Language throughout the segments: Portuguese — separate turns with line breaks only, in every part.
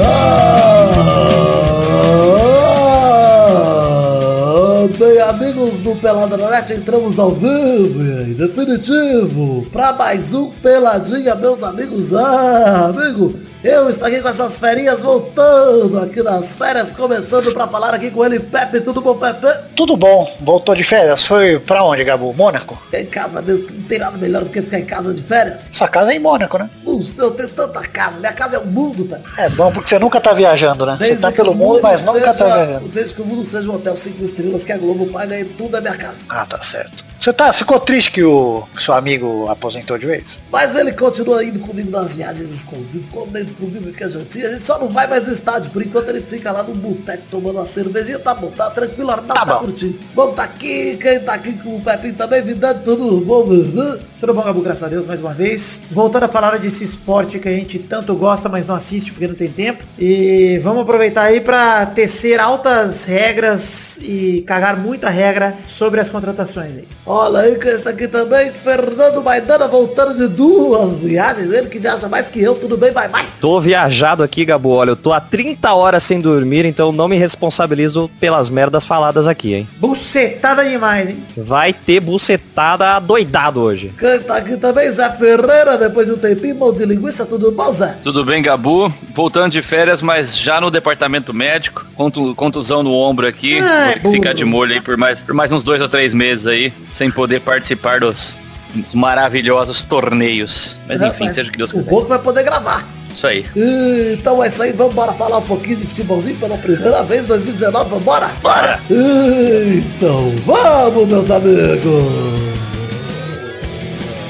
Ah, do Pelada na Net, entramos ao vivo e em definitivo para mais um Peladinha, meus amigos. Ah, amigo, eu estou aqui com essas ferinhas voltando aqui nas férias, começando para falar aqui com ele, Pepe, tudo bom, Pepe?
Tudo bom, voltou de férias. Foi pra onde, Gabu? Mônaco?
Ficar em casa mesmo, que não tem nada melhor do que ficar em casa de férias.
Sua casa é em Mônaco, né?
Não sei, eu tenho tanta casa, minha casa é o mundo, Pepe.
É bom porque você nunca tá viajando, né? você tá
que
pelo
o
mundo, mas nunca tá
seja-
viajando.
Desde que o mundo seja um hotel cinco estrelas que a Globo paga e tudo é minha casa.
Ah, tá certo. Você tá, ficou triste que o que seu amigo aposentou de vez?
Mas ele continua indo comigo nas viagens escondido, comendo comigo que a jantinha. A gente só não vai mais no estádio. Por enquanto ele fica lá no boteco tomando uma cervejinha. Tá bom, tá tranquilo, Arnaldo tá,
Tá bom.
curtindo. Vamos tá aqui, quem tá aqui com o Pepinho também, Vidante, tudo bom, Vivi?
Tudo bom, Gabu? Graças a Deus, mais uma vez. Voltando a falar desse esporte que a gente tanto gosta, mas não assiste porque não tem tempo. E vamos aproveitar aí pra tecer altas regras e cagar muita regra sobre as contratações aí.
Olha aí quem está aqui também, Fernando Maidana voltando de duas viagens. Ele que viaja mais que eu, tudo bem, bye bye.
Tô viajado aqui, Gabu. Olha, eu tô há 30 horas sem dormir, então não me responsabilizo pelas merdas faladas aqui, hein?
Bucetada demais, hein?
Vai ter bucetada doidado hoje.
Quem tá aqui também, Zé Ferreira, depois de um tempinho, mão de linguiça, tudo bom, Zé?
Tudo bem, Gabu? Voltando de férias, mas já no departamento médico. Contu- contusão no ombro aqui.
Ah,
Vou ter que
burro.
ficar de molho aí por mais, por mais uns dois ou três meses aí, sem poder participar dos, dos maravilhosos torneios. Mas enfim,
Rapaz,
seja o que Deus
O
quiser.
bom que vai poder gravar.
Isso aí.
E, Então é isso aí, vamos embora falar um pouquinho de futebolzinho pela primeira vez em 2019, vambora?
Bora!
E, Então vamos, meus amigos!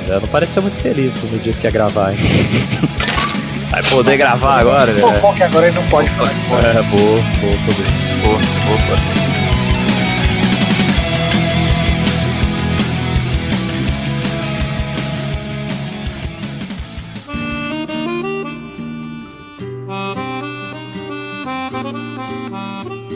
Zé não pareceu muito feliz quando disse que ia gravar, hein? Vai poder gravar agora,
É.
né?
Bom, bom que agora ele não pode falar.
É, boa, boa, poder.
Boa, boa, boa.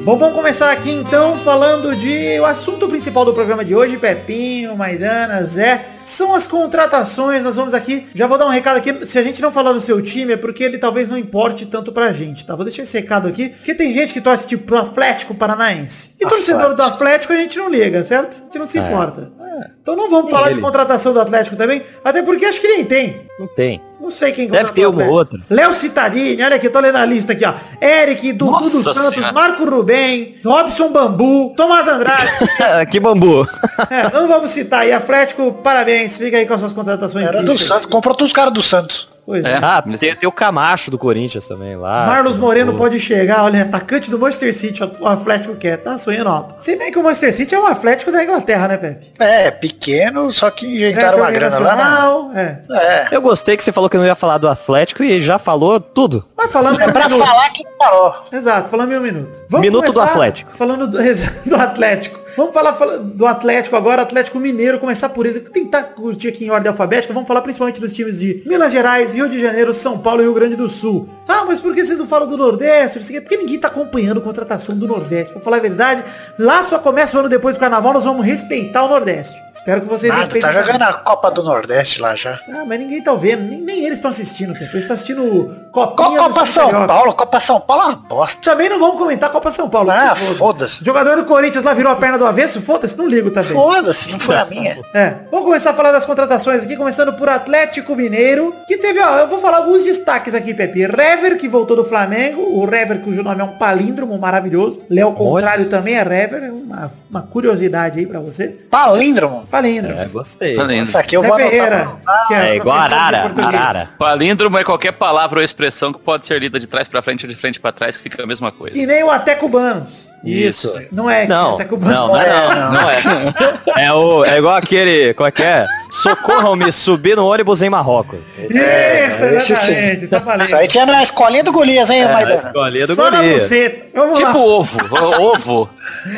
Bom, vamos começar aqui então falando de o assunto principal do programa de hoje, Pepinho, Maidana, Zé. São as contratações, nós vamos aqui. Já vou dar um recado aqui. Se a gente não falar do seu time, é porque ele talvez não importe tanto pra gente, tá? Vou deixar esse recado aqui, porque tem gente que torce tipo pro Atlético Paranaense. E torcedor do Atlético a gente não liga, certo? A gente não se
Ah, é.
importa. Então não vamos falar
ele.
de contratação do Atlético também, até porque acho que nem tem.
Não tem.
Não sei quem
Deve
contratou
ter
o
uma
Atlético.
ou outra.
Léo Cittadini, olha aqui, eu tô lendo a lista aqui, ó. Eric, Dudu
Nossa
dos Santos,
Senhora.
Marco Rubem, Robson Bambu, Tomás Andrade.
que bambu.
É, não vamos citar aí. Atlético, parabéns. Fica aí com as suas contratações.
Era do
tristes.
Santos, comprou todos os caras do Santos.
Pois é.
É.
Ah, tem, tem o Camacho do Corinthians também lá.
Marlos Moreno
Pô.
pode chegar, olha, atacante do Manchester City, o Atlético quer, tá sonhando alto. Se bem que o Manchester City é um Atlético da Inglaterra, né, Pepe?
É, pequeno, só que
É,
injeitaram uma
campeão
grana lá. né? na-
nacional, é.
É.
Eu gostei que você falou que não ia falar do Atlético e já falou tudo.
Mas falando em um
É Pra
minuto.
falar que tá, não parou.
Exato, falando em um minuto.
Minuto do
começar
Atlético.
Falando do, do Atlético. Vamos falar, fala- do Atlético agora, Atlético Mineiro, começar por ele, tentar curtir aqui em ordem alfabética. Vamos falar principalmente dos times de Minas Gerais, Rio de Janeiro, São Paulo e Rio Grande do Sul. Ah, mas por que vocês não falam do Nordeste? Não sei o quê. Porque ninguém tá acompanhando a contratação do Nordeste. Pra falar a verdade, lá só começa o ano depois do Carnaval, nós vamos respeitar o Nordeste. Espero que vocês
Nada,
respeitem.
tá jogando a Copa do Nordeste lá já.
Ah, mas ninguém tá vendo, nem, nem eles estão assistindo, cara. Eles estão assistindo
Co-
Copinha do
Copa São
Carioca.
Paulo, Copa São Paulo é uma bosta.
Também não vamos comentar a Copa São Paulo.
Ah,
que
foda-se.
Jogador do Corinthians lá virou a perna do avesso? Foda-se, não ligo também.
Foda-se, não foi a minha.
É, vamos começar a falar das contratações aqui, começando por Atlético Mineiro, que teve, ó, eu vou falar alguns destaques aqui, Pepe. Rever, que voltou do Flamengo, o Rever, cujo nome é um palíndromo maravilhoso. Léo Contrário também é Rever, é uma, uma curiosidade aí pra você.
Palíndromo.
Palíndromo.
É, gostei.
Palíndromo.
Isso aqui eu
Zé
vou
Ferreira,
anotar. pra-
que
É igual
professor de
arara,
português.
arara.
Palíndromo é qualquer palavra ou expressão que pode ser lida de trás pra frente ou de frente pra trás, que fica a mesma coisa.
E nem o Até Cubanos.
Isso.
Não é
Não,
Até
não,
Cubanos.
não, é, não,
não.
não é. É, o, é igual aquele, qual é que é? Socorram-me, subi no ônibus em Marrocos.
Isso,
esse sim.
exatamente. tá valendo.
É, Isso aí tinha na escolinha do Golias,
É,
hein, Maidana?
Escolha É, do
Só na
guri.
buceta. Vamos
Tipo
lá.
ovo, o- ovo,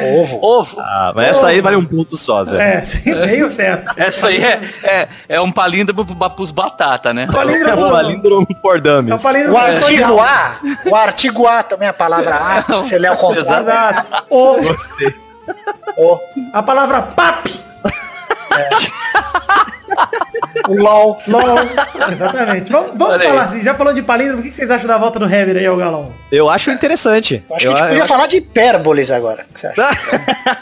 Ovo.
ovo.
Ah, mas essa aí vale um ponto só, Zé.
É, sim, meio certo.
Essa aí é, é, é um palíndromo pra- pros batata, né?
É
Palíndromo.
o palíndromo por
É
dummies.
o palíndromo.
O artigo A, o artigo A também, a palavra A, você lê ao contrário.
Exato. O,
Gostei.
O.
a palavra pap.
O LOL.
É. LOL. Exatamente. Vamos, vamos
Olha aí.
falar assim, já falou de palíndromo, o que que vocês acham da volta do Hever aí ao Galão?
Eu acho interessante.
Eu acho que a gente
tipo,
Eu- eu tá.
podia falar de hipérboles agora. O que você acha?
Olha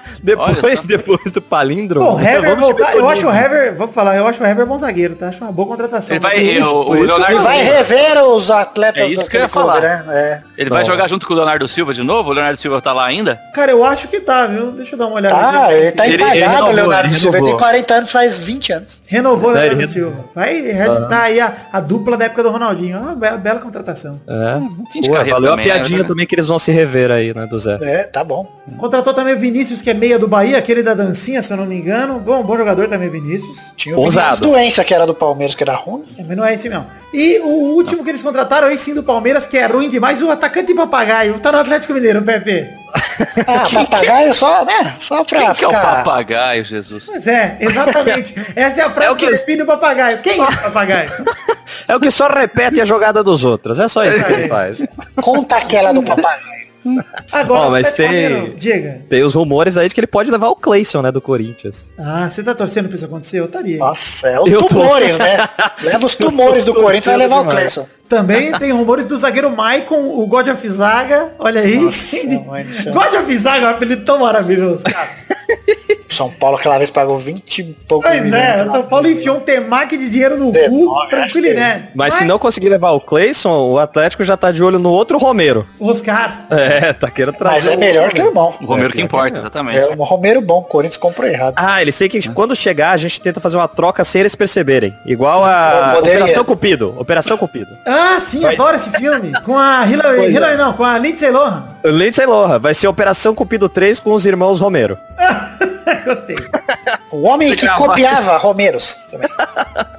depois,
só.
depois do palíndromo.
Bom, o Hever
vamos
voltar, eu
discutir.
acho o Hever, vou falar, eu acho o Hever bom zagueiro, tá? Acho uma boa contratação.
Ele vai,
Mas-
eu- o
por isso que
Leonardo,
Ele vai rever os atletas
É isso que eu
daquele
ia falar.
né?
ele vai
Não.
jogar junto com o Leonardo Silva de novo? O Leonardo Silva tá lá ainda?
Cara, eu acho que tá, viu? Deixa eu dar uma
É.
olhada.
Tá,
aqui.
ele tá
Ele- ele
empalhado,
renovou,
Leonardo
ele
Silva. Ele tem
renovou.
40 anos, faz 20 anos.
Renovou o
Verdade,
Leonardo
ele-
Silva. Vai reeditar
Tá.
aí a, a dupla da época do Ronaldinho. É Uma bela, bela contratação.
É.
fim de
Pô,
carreira
valeu
também,
a piadinha
né?
também que eles vão se rever aí, né, do Zé.
É, tá bom.
Contratou também o Vinícius, que é meia do Bahia, aquele da dancinha, se eu não me engano. Bom, bom jogador também, Vinícius.
Tinha o Vinícius
Ousado.
Doença, que era do Palmeiras, que era ruim.
É, Mas não é esse mesmo. E o último que eles contrataram, aí sim do Palmeiras, que é ruim demais, o atacante papagaio. Tá no Atlético Mineiro, o Pepe.
Ah, papagaio só, né? Só
Quem
pra
que é o
ficar...
papagaio, Jesus?
Pois é, exatamente. Essa é a
É
frase
o
que
que-
define o papagaio. Quem é o papagaio?
É o que só repete a jogada dos outros. É só isso que ele faz.
Conta aquela do papagaio.
Agora,
Ó, mas
o Atlético
tem-
Mineiro, diga.
Tem os rumores aí de que ele pode levar o Clayson, né, do Corinthians.
Ah, você tá torcendo pra isso acontecer? Eu estaria.
Nossa, é os
Eu tô-
tumores, né? Leva os tumores do
Eu tô
Corinthians, vai levar o
torcendo
Clemson.
Também tem rumores do zagueiro Maicon, o God of Zaga. Olha aí.
mãe do céu.
God of Zaga é um apelido tão maravilhoso, cara.
São Paulo aquela vez pagou 20 e poucos
Pois é, o São Paulo enfiou um temac de dinheiro no cu,
Demônio,
tranquilo, né?
Mas se não conseguir levar o Clayson, o Atlético já tá de olho no outro Romero.
Oscar.
É, tá querendo trazer.
Mas é
o
melhor que o
Romero.
irmão.
O Romero que importa, exatamente.
É um Romero bom, o Corinthians comprou errado.
Ah, eles têm que, quando chegar, a gente tenta fazer uma troca sem eles perceberem. Igual a
Eu poderia.
Operação Cupido. Operação Cupido.
Ah, sim, adoro esse filme. Com a Hillary,
Pois é.
Hillary não, com a Lindsay Lohan.
Lindsay Lohan. Vai ser Operação Cupido 3 com os irmãos Romero.
Gostei.
O homem
Você
que
gravava.
copiava Romeiros. também.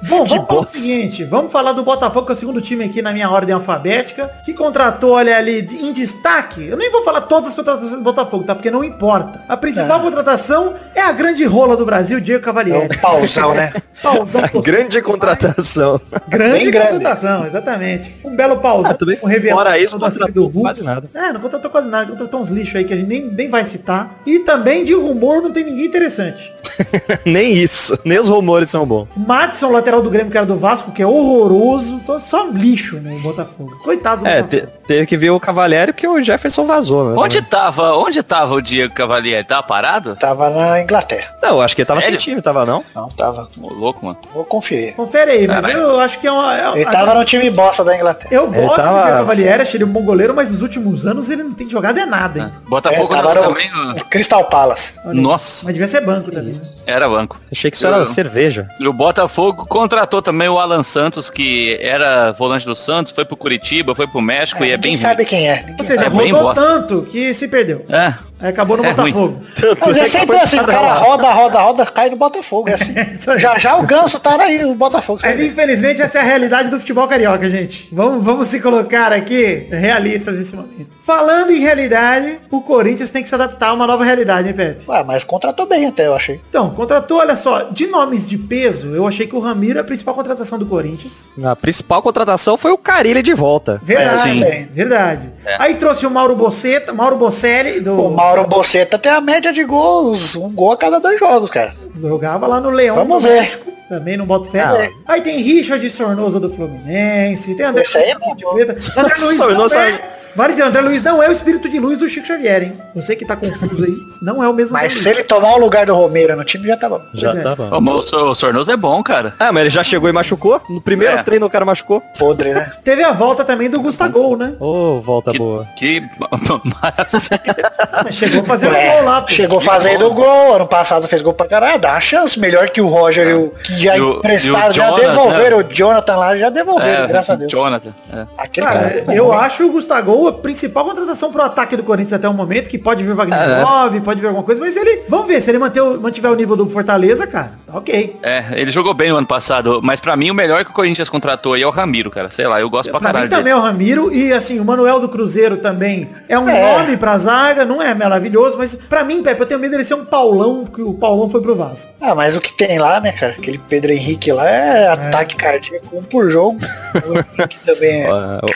Bom,
Que
vamos falar o
bosta.
seguinte, vamos falar do Botafogo, que é o segundo time aqui na minha ordem alfabética, que contratou, olha ali, de- em destaque, eu nem vou falar todas as contratações do Botafogo, tá? Porque não importa. A principal
Tá.
Ah.
contratação é a grande rola do Brasil, Diego
É um
Cavalieri.
pauzão, né?
É
Pauzão possível.
Grande contratação.
Grande
Bem grande.
contratação, exatamente. Um belo pauzão.
Ah, também.
um revelado
Fora isso,
da equipe
contratou quase nada.
É, não contratou quase nada. Contratou uns lixos aí que a gente nem, nem vai citar. E também de rumor não tem ninguém interessante.
Nem isso. Nem os rumores são bons.
Madison, lateral do Grêmio, que era do Vasco, que é horroroso. Só, só um lixo no Botafogo. Coitado do
É, te-
Botafogo.
teve que ver o Cavalieri porque o Jefferson vazou, né?
Onde tava, onde tava o Diego Cavalieri? Tava parado?
Tava na Inglaterra.
Não, acho que ele tava
Sério?
sem time, tava não?
Não, tava.
Ô, louco, mano.
Vou conferir.
Confere aí, mas
Caralho.
eu acho que é uma... é-
Ele
assim,
tava no time bosta da Inglaterra.
Eu gosto
tava-
do Diego Cavalieri, achei ele um bom goleiro, mas nos últimos anos ele não tem jogado é nada,
Ah.
hein?
Botafogo
é,
tava
tava
também. ó.
no, no Crystal Palace.
Olha aí.
Nossa,
Mas devia ser banco também. né?
era banco.
Achei que isso era
Eu-
cerveja.
E o Botafogo contratou também o Alan Santos, que era volante do Santos, foi pro Curitiba, foi pro México e é bem
Quem
ruim.
sabe quem é? Ninguém
Ou seja,
É bem
rodou
bosta.
tanto que se perdeu.
É.
Aí acabou no
É ruim.
Botafogo.
Mas é sempre assim, o cara roda, roda, roda, cai no Botafogo. É assim.
Isso aí.
Já já o Ganso tá aí no Botafogo.
Mas infelizmente essa é a realidade do futebol carioca, gente. Vamos, vamos se colocar aqui realistas nesse momento. Falando em realidade, o Corinthians tem que se adaptar a uma nova realidade, hein, Pepe?
Ué, mas contratou bem até, eu achei.
Então, contratou, olha só, de nomes de peso, eu achei que o Ramiro é a principal contratação do Corinthians.
A principal contratação foi o Carilli de volta.
Verdade,
assim-
verdade. Aí trouxe o Mauro Boceta, Mauro Bocelli, do,
O Mauro Boceta tem a média de gols, um gol a cada dois jogos, cara.
jogava lá no Leão
Vamos
do
ver.
México, também no Botafogo.
Ah.
Aí tem Richard Sornosa do Fluminense, tem André
Esse aí é
Luiz
bom.
de Oliveira. André Luiz
Sornosa-
não é... Vale dizer, André Luiz não é o espírito de luz do Chico Xavier, hein? Você que tá confuso aí, não é o mesmo
Mas se
André Luiz.
ele tomar o lugar do Romero no time, já tá bom.
Já
Pois é.
tá
Ô,
bom.
mas o, o Sornoso é bom, cara.
Ah, mas ele já chegou e machucou? No primeiro
É.
treino o cara machucou?
Podre, né?
Teve a volta também do Gustavo, né?
Ô,
Tá
volta
que,
boa.
que
Mas chegou a fazer um
É,
gol lá, pô.
chegou fazendo gol, ano passado fez gol pra caralho, dá uma chance, melhor que o Roger, e o, que já
E o- e
emprestaram,
o
já
Jonas, né?
devolveram, o Jonathan lá já devolveram,
é,
graças a Deus.
Jonathan. é.
Aquele
Cara,
cara é bom,
eu
né?
acho o Gustavo a principal contratação pro ataque do Corinthians até o momento, que pode vir Wagner Love, pode vir alguma coisa, mas ele, vamos ver, se ele manter o- mantiver o nível do Fortaleza, cara, tá ok.
É, ele jogou bem no ano passado, mas pra mim o melhor que o Corinthians contratou aí é o Ramiro, cara. Sei lá, eu gosto pra,
Pra mim
caralho.
também
dele.
é o Ramiro e assim, o Manuel do Cruzeiro também é um
É.
nome pra zaga, não é maravilhoso, mas pra mim, Pepe, eu tenho medo dele ser um Paulão, que o Paulão foi pro Vasco.
Ah, mas o que tem lá, né, cara? Aquele Pedro Henrique lá é ataque cardíaco, um por jogo. O Henrique também é.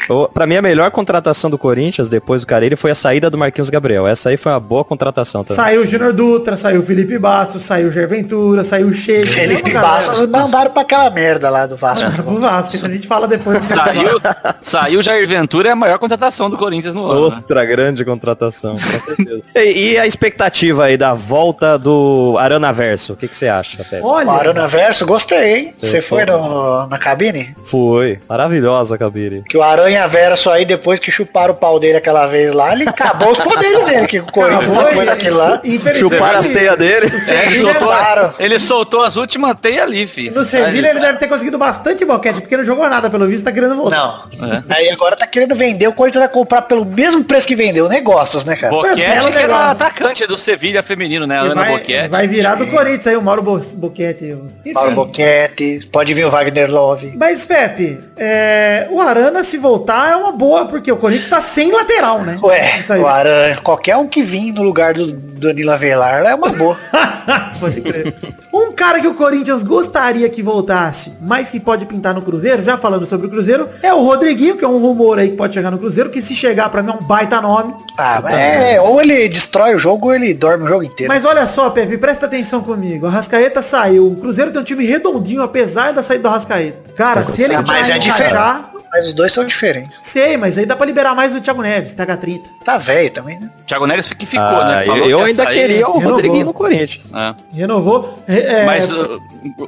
Ó, o- o- Pra mim, a melhor contratação do Corinthians depois do Carilli foi a saída do Marquinhos Gabriel. Essa aí foi uma boa contratação também.
Saiu o Júnior Dutra, saiu o Felipe Bastos, saiu o Gerventura, saiu o chega.
Felipe
Vamos, galera.
Bastos mandaram pra aquela merda lá do Vasco.
Cara, pro Vasco, isso a gente fala depois.
Saiu, saiu Jair Ventura é a maior contratação do Corinthians no ano. né?
Outra grande contratação, com certeza. e, e a expectativa aí da volta do Aranaverso? O que que você acha, Pepe?
Olha,
Arana Verso, gostei, hein?
Eu
Você foi
tô-
no- na cabine?
Foi. Maravilhosa, Cabiri.
Que o Aranha Verso aí, depois que chuparam o pau dele aquela vez lá, ele acabou os poderes dele, que o Corinthians
Acabou,
depois
e-
daquilo lá.
infelizmente,
Chuparam as
ele-
teias dele.
É, ele,
Sevilha,
soltou,
claro.
ele soltou as últimas teias ali, filho.
No Sevilha ele deve ter conseguido bastante boquete, porque não jogou nada, pelo visto, tá querendo voltar.
Não.
É.
Aí agora tá querendo vender, o Corinthians vai comprar pelo mesmo preço que vendeu. Negócios, né, cara?
É, Boquete
belo
que era
negócio.
atacante do Sevilha feminino, né? A
Ele
Ana
vai,
Boquete.
vai virar do Corinthians aí, o Mauro Bo- Boquete. Enfim.
Paulo Boquete, pode vir o Wagner Love.
Mas, Pepe, é, o Arana, se voltar, é uma boa, porque o Corinthians tá sem lateral, né?
Ué,
Tá aí.
o Aranha, qualquer um que vir no lugar do Danilo Avelar é uma boa.
Pode crer. Um cara que o Corinthians gostaria que voltasse, mas que pode pintar no Cruzeiro, já falando sobre o Cruzeiro, é o Rodriguinho, que é um rumor aí que pode chegar no Cruzeiro, que se chegar pra mim é um baita nome.
Ah, mas é, ou ele destrói o jogo ou ele dorme o jogo inteiro.
Mas olha só, Pepe, presta atenção comigo. A Rascaeta saiu. O Cruzeiro tem um time redondinho, apesar da saída do Rascaeta. Cara, se ele
Ah, mas é
encaixar-
Mas os dois são diferentes.
Sei, mas aí dá pra liberar mais o Thiago Neves, TH30.
Tá velho também, né?
Thiago Neves que ficou,
Ah,
né?
eu,
Falou que
eu
ia
ainda
sair.
queria o
Renovou.
Rodriguinho no Corinthians.
É.
Renovou. É, é,
Mas uh,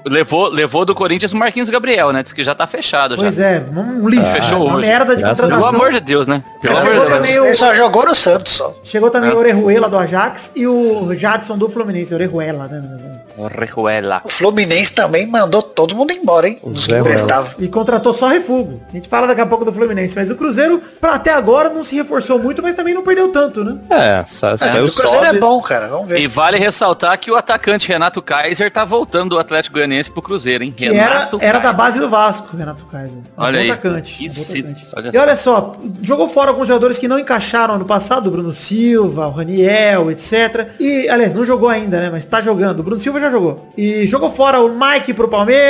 levou, levou do Corinthians o Marquinhos Gabriel, né? Diz que já tá fechado.
Pois
já.
é, um lixo.
Ah, Fechou
uma
hoje.
merda de
Graças a
contratação.
Deus.
Pelo amor de Deus, né? Pelo
Mas
amor
chegou
de Deus.
também o-
Ele só jogou no Santos só.
Chegou também
É.
o Orejuela do Ajax e o Jadson do Fluminense. Orejuela, né?
Rejuela.
O Fluminense também mandou todo mundo embora, hein? Os
Zé
que
Ruela.
prestavam.
E contratou só refugo. A gente fala daqui a pouco do Fluminense, mas o Cruzeiro, pra até agora, não se reforçou muito, mas também não perdeu tanto, né?
É, sa-
É,
saiu
o Cruzeiro é
sobe.
bom, cara. Vamos ver.
E vale ressaltar que o atacante Renato Kaiser tá voltando do Atlético Goianiense pro Cruzeiro, hein?
Que era,
Renato
era da
é Kaiser.
base do Vasco, Renato Kaiser. Um
Olha
bom
aí.
atacante, um
Isso,
bom atacante.
olha
E olha só, jogou fora alguns jogadores que não encaixaram ano passado, o Bruno Silva, o Raniel, etc. E, aliás, não jogou ainda, né? Mas tá jogando. O Bruno Silva já jogou. E jogou fora o Mike pro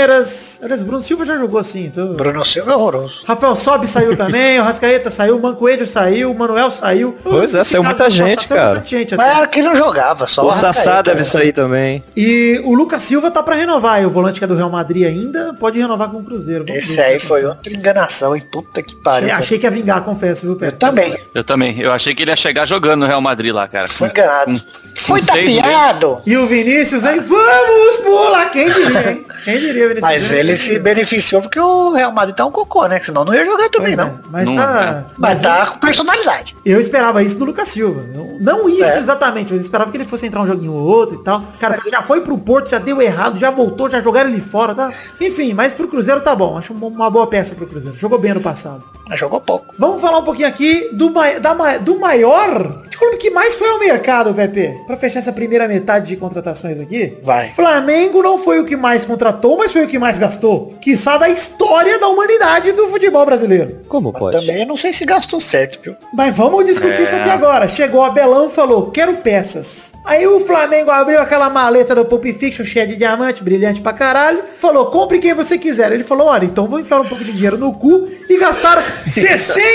Palmeiras. Aliás, o Bruno Silva já jogou sim. Tô...
Bruno Silva é horroroso.
Rafael Sobe saiu também, o Rascaeta saiu, o Manco Edio saiu, o Manuel saiu.
Pois é, saiu
Esse
muita
caso do
gente,
passado, saiu
cara.
bastante gente até.
Mas era que não jogava, só
O
Arrascaeta,
Sassá deve
né?
sair também.
E o Lucas Silva tá pra renovar, aí, o volante que é do Real Madrid ainda, pode renovar com o Cruzeiro. Vamos
Esse
ver.
aí foi outra enganação, hein? Puta que pariu.
Achei,
cara.
achei que ia vingar, confesso, viu, Pedro?
Eu também.
Eu também. Eu achei que ele ia chegar jogando no Real Madrid lá, cara.
Fui enganado. Fui
seis
tapeado.
E o Vinícius, hein? Vamos, pula! Quem diria, hein? Quem diria, Vinícius?
Mas ele se beneficiou porque o Real Madrid tá um cocô, né? Que Senão não ia jogar também,
Pois é,
não.
Mas
Não,
tá.
Mas tá com personalidade.
Eu esperava isso do Lucas Silva. Eu- não isso
É.
exatamente, mas eu esperava que ele fosse entrar um joguinho ou outro e tal. Cara, já foi pro Porto, já deu errado, já voltou, já jogaram ele fora, tá? Enfim, mas pro Cruzeiro tá bom. Acho uma- uma boa peça pro Cruzeiro. Jogou bem ano passado.
Mas jogou pouco.
Vamos falar um pouquinho aqui do, mai- da ma- do maior. De clube que mais foi ao mercado, Pepe. Pra fechar essa primeira metade de contratações aqui.
Vai.
Flamengo não foi o que mais contratou, mas foi o que mais gastou. Quiçá da história da humanidade do futebol brasileiro.
Como
Mas
pode?
também eu não sei se gastou certo, viu?
Mas vamos discutir
É.
isso aqui agora. Chegou a Belão e falou, quero peças. Aí o Flamengo abriu aquela maleta do Pulp Fiction cheia de diamante, brilhante pra caralho. Falou, compre quem você quiser. Ele falou, olha, então vou enfiar um pouco de dinheiro no cu. E gastaram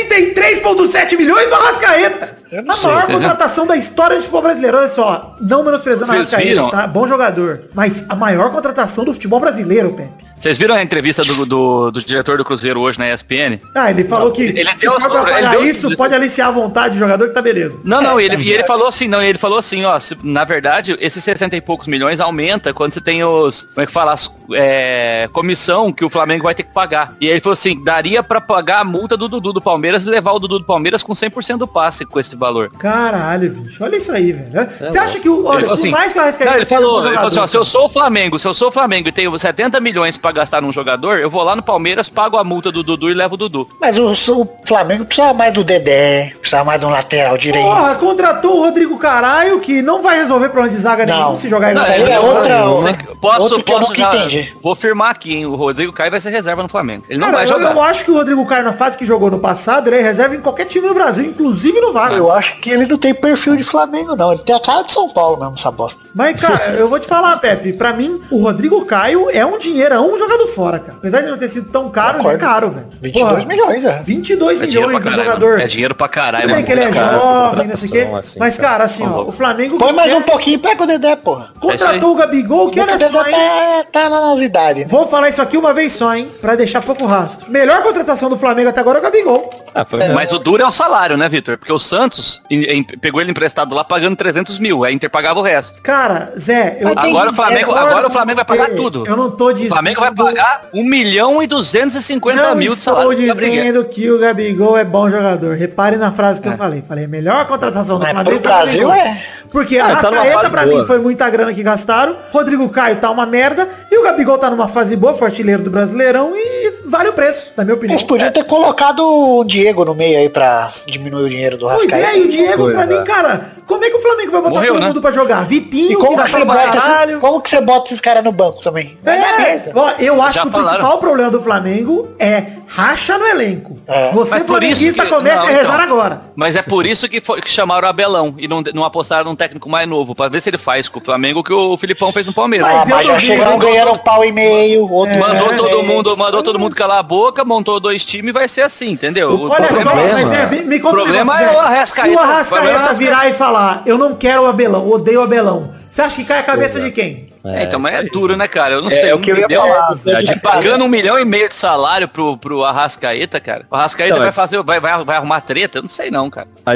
63,7 milhões no Arrascaeta. A maior contratação da história do futebol brasileiro. Olha só, não menosprezando a
Vocês
Arrascaeta,
viram?
tá? Bom jogador. Mas a maior contratação do futebol brasileiro, Pepe.
Vocês viram a entrevista do, do, do diretor do Cruzeiro hoje na ESPN?
Ah, ele falou que
ele
se
deu
for
as-
pra
ele
pagar
deu-
isso, pode aliciar à vontade o jogador que tá beleza.
Não, não, ele, e ele falou assim, não, ele falou assim, ó, se- na verdade, esses 60 e poucos milhões aumenta quando você tem os, como é que fala, as, é, comissão que o Flamengo vai ter que pagar. E ele falou assim, daria pra pagar a multa do Dudu do Palmeiras e levar o Dudu do Palmeiras com 100% do passe com esse valor.
Caralho, bicho. Olha isso aí, velho. Você acha que o.
é Ele
Olha,
falou
por
assim,
mais que o Arrascaeta.
não, ele
seja um
falou, ele falou assim,
jogador,
ó, se eu sou o Flamengo, se eu sou o Flamengo e tenho 70 milhões pra gastar num jogador, eu vou lá no Palmeiras, pago a multa do Dudu e levo o Dudu.
Mas o, o Flamengo precisava mais do Dedé, precisava mais de um lateral direito.
Porra, contratou o Rodrigo Caralho, que não vai resolver problema de zaga
Não.
nenhum se jogar ele
Não,
sair
ele é
do jogo.
outra-
Você- Posso,
outro que eu
posso
nunca
já-
entendi.
Vou firmar aqui, hein? O Rodrigo Caio vai ser reserva no Flamengo. Ele não
Cara,
vai
eu,
jogar.
eu acho que o Rodrigo Caio, na fase que jogou no passado, ele é reserva em qualquer time no Brasil, inclusive no Vasco.
Eu acho que ele não tem perfil de Flamengo, não. Ele tem a cara de São Paulo mesmo, essa bosta.
Mas, cara, eu vou te falar, Pepe, pra mim, o Rodrigo Caio é um dinheirão jogado fora, cara. Apesar de não ter sido tão caro, ele é
Concordo.
caro, velho.
22
Porra,
milhões, é.
22
É dinheiro pra
milhões no
caralho.
jogador.
mano. É dinheiro pra caralho,
Tudo bem
mano.
que ele é
Muito caro,
jovem, não sei o quê.
contratação, assim,
tá
Mas,
cara.
cara, assim, ó, o Flamengo...
Põe mais
quer-
um pouquinho e pega o Dedé, porra.
É isso aí.
Contratou o Gabigol, que
Nunca
era
teve
só, hein?
tá, tá na nosidade. né?
Vou falar isso aqui uma vez só, hein? Pra deixar pouco rastro. Melhor contratação do Flamengo até agora é o Gabigol.
Ah, foi
Mas o duro é o salário, né, Vitor? Porque o Santos em- em- pegou ele emprestado lá pagando 300 mil, a Inter pagava o resto.
Cara, Zé, eu
Agora o Flamengo- agora o Flamengo vai pagar tudo.
Eu não tô dizendo.
O Flamengo vai pagar 1 milhão e 250
não
mil de
estou
salário. Tá brigando.
dizendo que o Gabigol é bom jogador. Repare na frase
É.
que eu falei. Falei, melhor contratação do
Mas
Flamengo.
pro
é o
Brasil
Gabigol.
é.
Porque
Ah,
a
tá numa
Rascaeta
fase
pra
boa.
mim foi muita grana que gastaram. Rodrigo Caio tá uma merda. E o Gabigol tá numa fase boa, foi artilheiro do Brasileirão e vale o preço, na minha opinião.
Eles podiam ter colocado o Diego no meio aí pra diminuir o dinheiro do
Pois é,
Rascaeta.
e o Diego,
Foi,
pra mim,
né?
cara, como é que o Flamengo vai botar
Morreu,
todo
né?
mundo pra jogar? Vitinho,
E como
que
que, você
nasceu
bota
caralho.
esse, como que você bota esses caras no banco também? Vai dar
É,
merda.
ó, eu acho
Já
que o
falaram.
principal problema do Flamengo é racha no elenco.
É.
Você,
Mas por isso
flamenguista,
que-
começa
não,
a rezar
então.
agora.
Mas é por isso que, foi- que chamaram o Abelão e não, não apostaram num técnico mais novo, pra ver se ele faz com o Flamengo o que o Filipão fez no Palmeiras.
Ah,
mas eu
mas já
duvido,
chegaram
hein?
ganhando um pau e meio, outro
Mandou
é.
ganhou
todo
seis.
mundo, mandou todo mundo calar a boca, montou dois times e vai ser assim, entendeu? O
Olha
problema-
só,
problema-
mas é, me- me conta um
problema
negócio,
é
Zé.
o Arrascaeta.
Se o
O problema é o
Arrascaeta
Arrascaeta.
virar e falar, eu não quero o Abelão, odeio o Abelão, você acha que cai a cabeça de quem?
É, então, mas é
isso aí.
duro, né, cara? Eu não sei.
é
eu
o que eu ia
entendeu?
Ah,
falar,
É,
Zé,
de
de
pagando um milhão e meio de salário pro, pro Arrascaeta, cara. O Arrascaeta
Então,
vai
é-
fazer, vai, vai, vai arrumar treta? Eu não sei não, cara.
A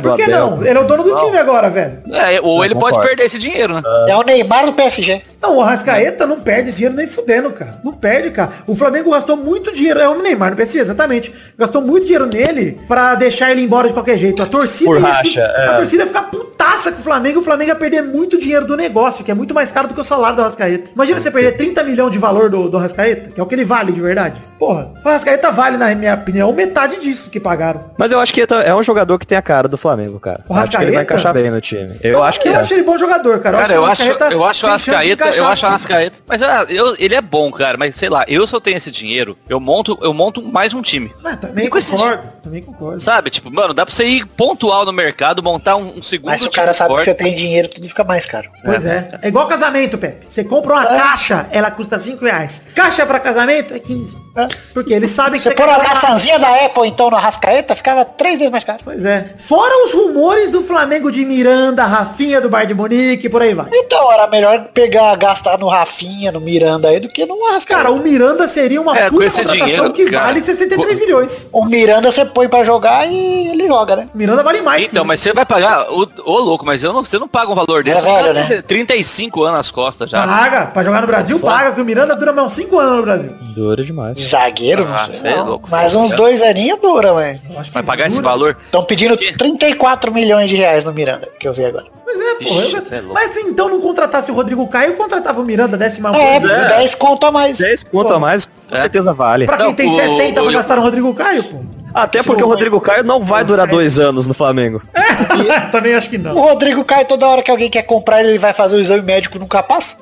Cara,
do
por que
Abel.
não? Ele é o dono do time agora, velho.
É, ou
Eu
ele pode
concordo.
perder esse dinheiro, né?
É o Neymar do PSG.
Não, o Arrascaeta não perde esse dinheiro nem fudendo, cara. Não perde, cara. O Flamengo gastou muito dinheiro. É o Neymar no PSG, exatamente. Gastou muito dinheiro nele pra deixar ele embora de qualquer jeito. A torcida,
Por
ia,
racha,
fi-
é.
a torcida ia ficar putaça com o Flamengo e o Flamengo ia perder muito dinheiro do negócio, que é muito mais caro do que o salário do Arrascaeta. Imagina você perder 30 milhões de valor do, do Arrascaeta, que é o que ele vale de verdade. Porra, o Arrascaeta vale, na minha opinião, metade disso que pagaram.
Mas eu acho que é um jogador que tem a cara do Flamengo, cara.
O
Eu acho que ele vai
Rascaeta?
encaixar bem no time. Eu acho que
eu
é.
acho ele bom jogador, cara.
Cara, eu acho,
Arrascaeta
eu acho o
tem chance de
Ascaeta, eu
encaixar,
acho o
sim.
Ascaeta. Mas ah, eu, ele é bom, cara, mas sei lá, eu se eu tenho esse dinheiro, eu monto, eu monto mais um time.
Mas também
E com esse
concordo, também concordo.
Sabe? Tipo, mano, dá pra você ir pontual no mercado, montar um, um segundo
Mas se o
time
cara sabe que
forte.
você tem dinheiro, tudo fica mais caro.
Pois é.
né?
É igual casamento, Pepe. Você compra uma
É.
caixa, ela custa 5 reais. Caixa pra casamento é 15. Porque eles sabem que
Você pôr
quer
a
casar.
maçãzinha da Apple então no Rascaeta, ficava três vezes mais caro.
Pois é. Fora os rumores do Flamengo de Miranda, Rafinha do Bar de Munique, por aí vai.
Então era melhor pegar, gastar no Rafinha, no Miranda aí, do que no Rascaeta.
Cara, o Miranda seria uma
É, com
puta
esse
contratação
dinheiro,
que
cara,
vale 63
com-
milhões.
O Miranda você põe pra jogar e ele joga, né?
Miranda vale mais.
Então,
que
mas
isso.
você vai pagar. Ô, ô, louco, mas eu não, você não paga um valor desse.
É
O cara
velho,
tem
né? Ah,
35 anos nas costas já.
Paga, pra jogar no
Tá
Brasil, paga, porque o Miranda dura mais uns 5 anos no Brasil.
Dura demais.
Zagueiro,
Ah,
não sei.
cê é louco.
Mas uns dois aninhos dura, mas.
Eu acho que
Vai pagar esse
dura.
valor.
Estão pedindo 34 milhões de reais no Miranda, que eu vi agora.
Pois é, porra. eu-
Ixi, cê é louco.
mas se então não contratasse o Rodrigo Caio, contratava o Miranda, décima
É,
coisa.
10 conta mais.
10 conto a mais, com
É.
certeza vale.
Pra quem
Não,
tem
o-
70 pra
o-
gastar no Rodrigo Caio, pô.
Até porque o Rodrigo Caio não vai durar dois anos no Flamengo.
Também acho que
O
não.
Rodrigo cai toda hora que alguém quer comprar, ele vai fazer o exame médico nunca passa.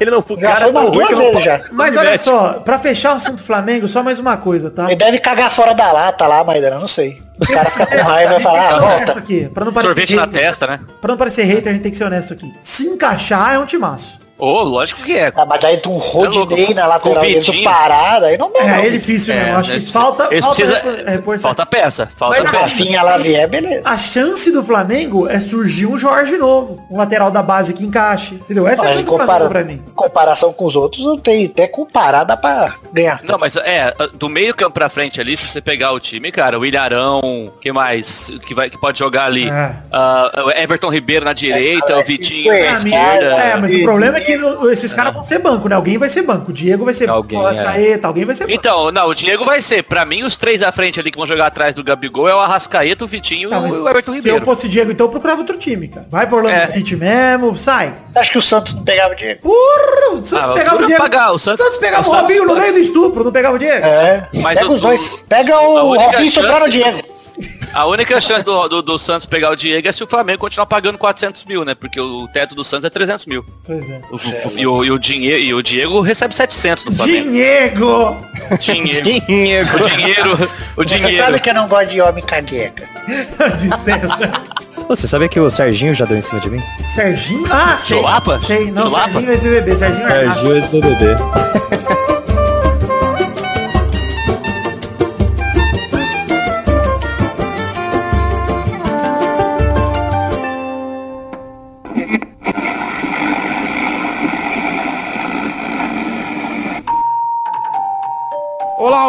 Ele não, o
Já
cara
foi
tá
umas
ruim
duas
que não
vezes
pode-
já.
Mas olha só, pra fechar o assunto Flamengo, só mais uma coisa, tá?
Ele deve cagar fora da lata lá, Maidana, não sei. Os caras ficam com raiva e vai falar, ah,
Honesto
volta.
Aqui, pra, não parecer
Sorvete na
hater-
testa, né?
pra não parecer hater, a gente tem que ser honesto aqui. Se encaixar é um timaço.
Ô, lógico que é.
Ah, mas daí tu um
É louco,
Rodinei na
com
lateral dele, tu
Vitinho.
parado, aí não dá.
É,
não.
é difícil
É,
mesmo. Acho
eles
que falta,
precisam-
falta
eles
repor- reforçar.
Falta peça, falta
Mas
peça.
assim.
Rafinha lá vier, beleza.
A chance do Flamengo é surgir um Jorge novo, um lateral da base que encaixe, entendeu? Essa é a
Mas
chance
em
do Flamengo
compara-
pra mim.
comparação com os outros, não tem até comparar, dá pra ganhar.
Não, mas é, do meio campo pra frente ali, se você pegar o time, cara, o Ilharão, que mais? Que, vai, que pode jogar ali?
É.
Ah, o Everton Ribeiro na direita,
É,
o
parece que
Vitinho
foi
na
esse,
esquerda. né?
cara,
É, mas o problema é que no- esses caras vão ser banco, né? Alguém vai ser banco. O Diego vai ser
Alguém,
banco, o Arrascaeta, alguém vai ser banco.
Então, não, o Diego vai ser. Pra mim, os três da frente ali que vão jogar atrás do Gabigol é o Arrascaeta, o Vitinho
Tá,
e
mas
o
se
Everton
eu
Ribeiro.
fosse Diego, então eu procurava outro time, cara. Vai pro Orlando
É.
City mesmo, sai.
Acho que o Santos não pegava dinheiro.
Porra, o Santos
Ah,
pegava o
dura
Diego.
pagar,
o
o
Santos,
Santos- é
pegava o
o Santos
Robinho no
paga.
meio do estupro, não pegava o Diego.
É,
Mas
pega
o-
os dois. Pega
a
o
única
Robinho sobrando o
chance- é
Diego.
A única chance do, do, do Santos pegar o Diego é se o Flamengo continuar pagando 400 mil, né? Porque o teto do Santos é 300 mil.
Pois é.
O- o- e, o, e, o dinhe- e o Diego recebe 700 do Flamengo.
Diego!
Dinheiro. O dinheiro. O
Você
dinheiro.
sabe que eu não gosto de homem careca.
Licença.
Você sabia que o Serginho já deu em cima de mim?
Serginho? Ah, sei.
Chulapa?
Sei, não,
Chulapa?
Serginho é SBB, Serginho é
Serginho é do BBB.
Olá,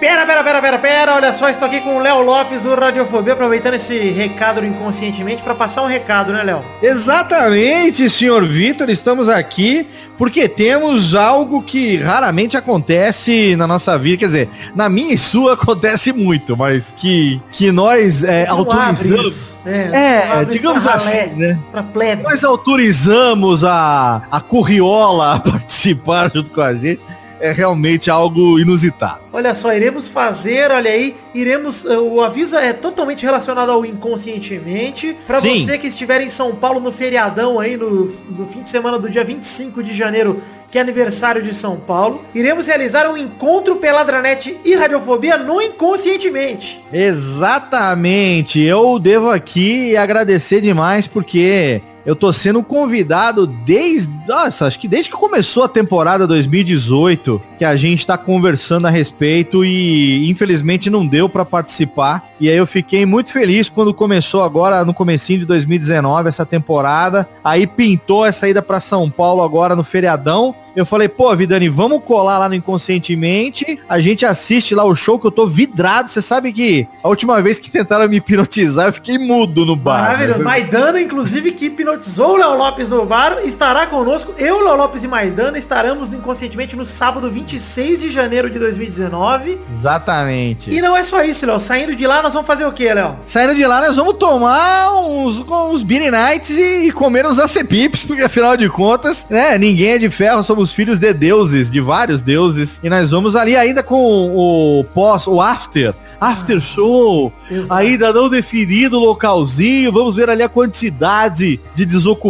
Pera, pera, pera, pera, pera, olha só, estou aqui com o Léo Lopes do Radiofobia, aproveitando esse recado do inconscientemente para passar um recado, né, Léo?
Exatamente, senhor Vitor, estamos aqui porque temos algo que raramente acontece na nossa vida, quer dizer, na minha e sua acontece muito, mas que, que nós é,
Não
autorizamos.
abre, É, não
É,
abre
digamos
pra ralé,
assim, né?
Pra plebe.
Nós autorizamos a, a Curriola a participar junto com a gente. É realmente algo inusitado.
Olha só, iremos fazer, olha aí, iremos. eh, O aviso é totalmente relacionado ao inconscientemente. Pra
Sim.
você que estiver em São Paulo no feriadão aí, no, no fim de semana do dia 25 de janeiro, que é aniversário de São Paulo, iremos realizar um encontro Peladranet e Radiofobia no Inconscientemente.
Exatamente. Eu devo aqui agradecer demais porque eu tô sendo convidado desde, nossa, acho que desde que começou a temporada 2018 que a gente tá conversando a respeito e infelizmente não deu pra participar. E aí eu fiquei muito feliz quando começou agora no comecinho de 2019 essa temporada. Aí pintou essa ida pra São Paulo agora no feriadão. Eu falei, pô, Vidani, vamos colar lá no Inconscientemente. A gente assiste lá o show que eu tô vidrado. Você sabe que a última vez que tentaram me hipnotizar, eu fiquei mudo no bar. né?
Maravilhoso.
Foi-
Maidana, inclusive, que hipnotizou o Léo Lopes no bar, estará conosco. Eu, Léo Lopes e Maidana estaremos no Inconscientemente no sábado 26 de janeiro de 2019.
Exatamente.
E não é só isso, Léo. Saindo de lá, nós vamos fazer o quê, Léo?
Saindo de lá, nós vamos tomar uns, uns Beanie Nights e, e comer uns acepips, porque afinal de contas, né, ninguém é de ferro, somos filhos de deuses, de vários deuses. E nós vamos ali ainda com o pós, o after,
Ah,
after show, ainda não definido o localzinho, vamos ver ali a quantidade de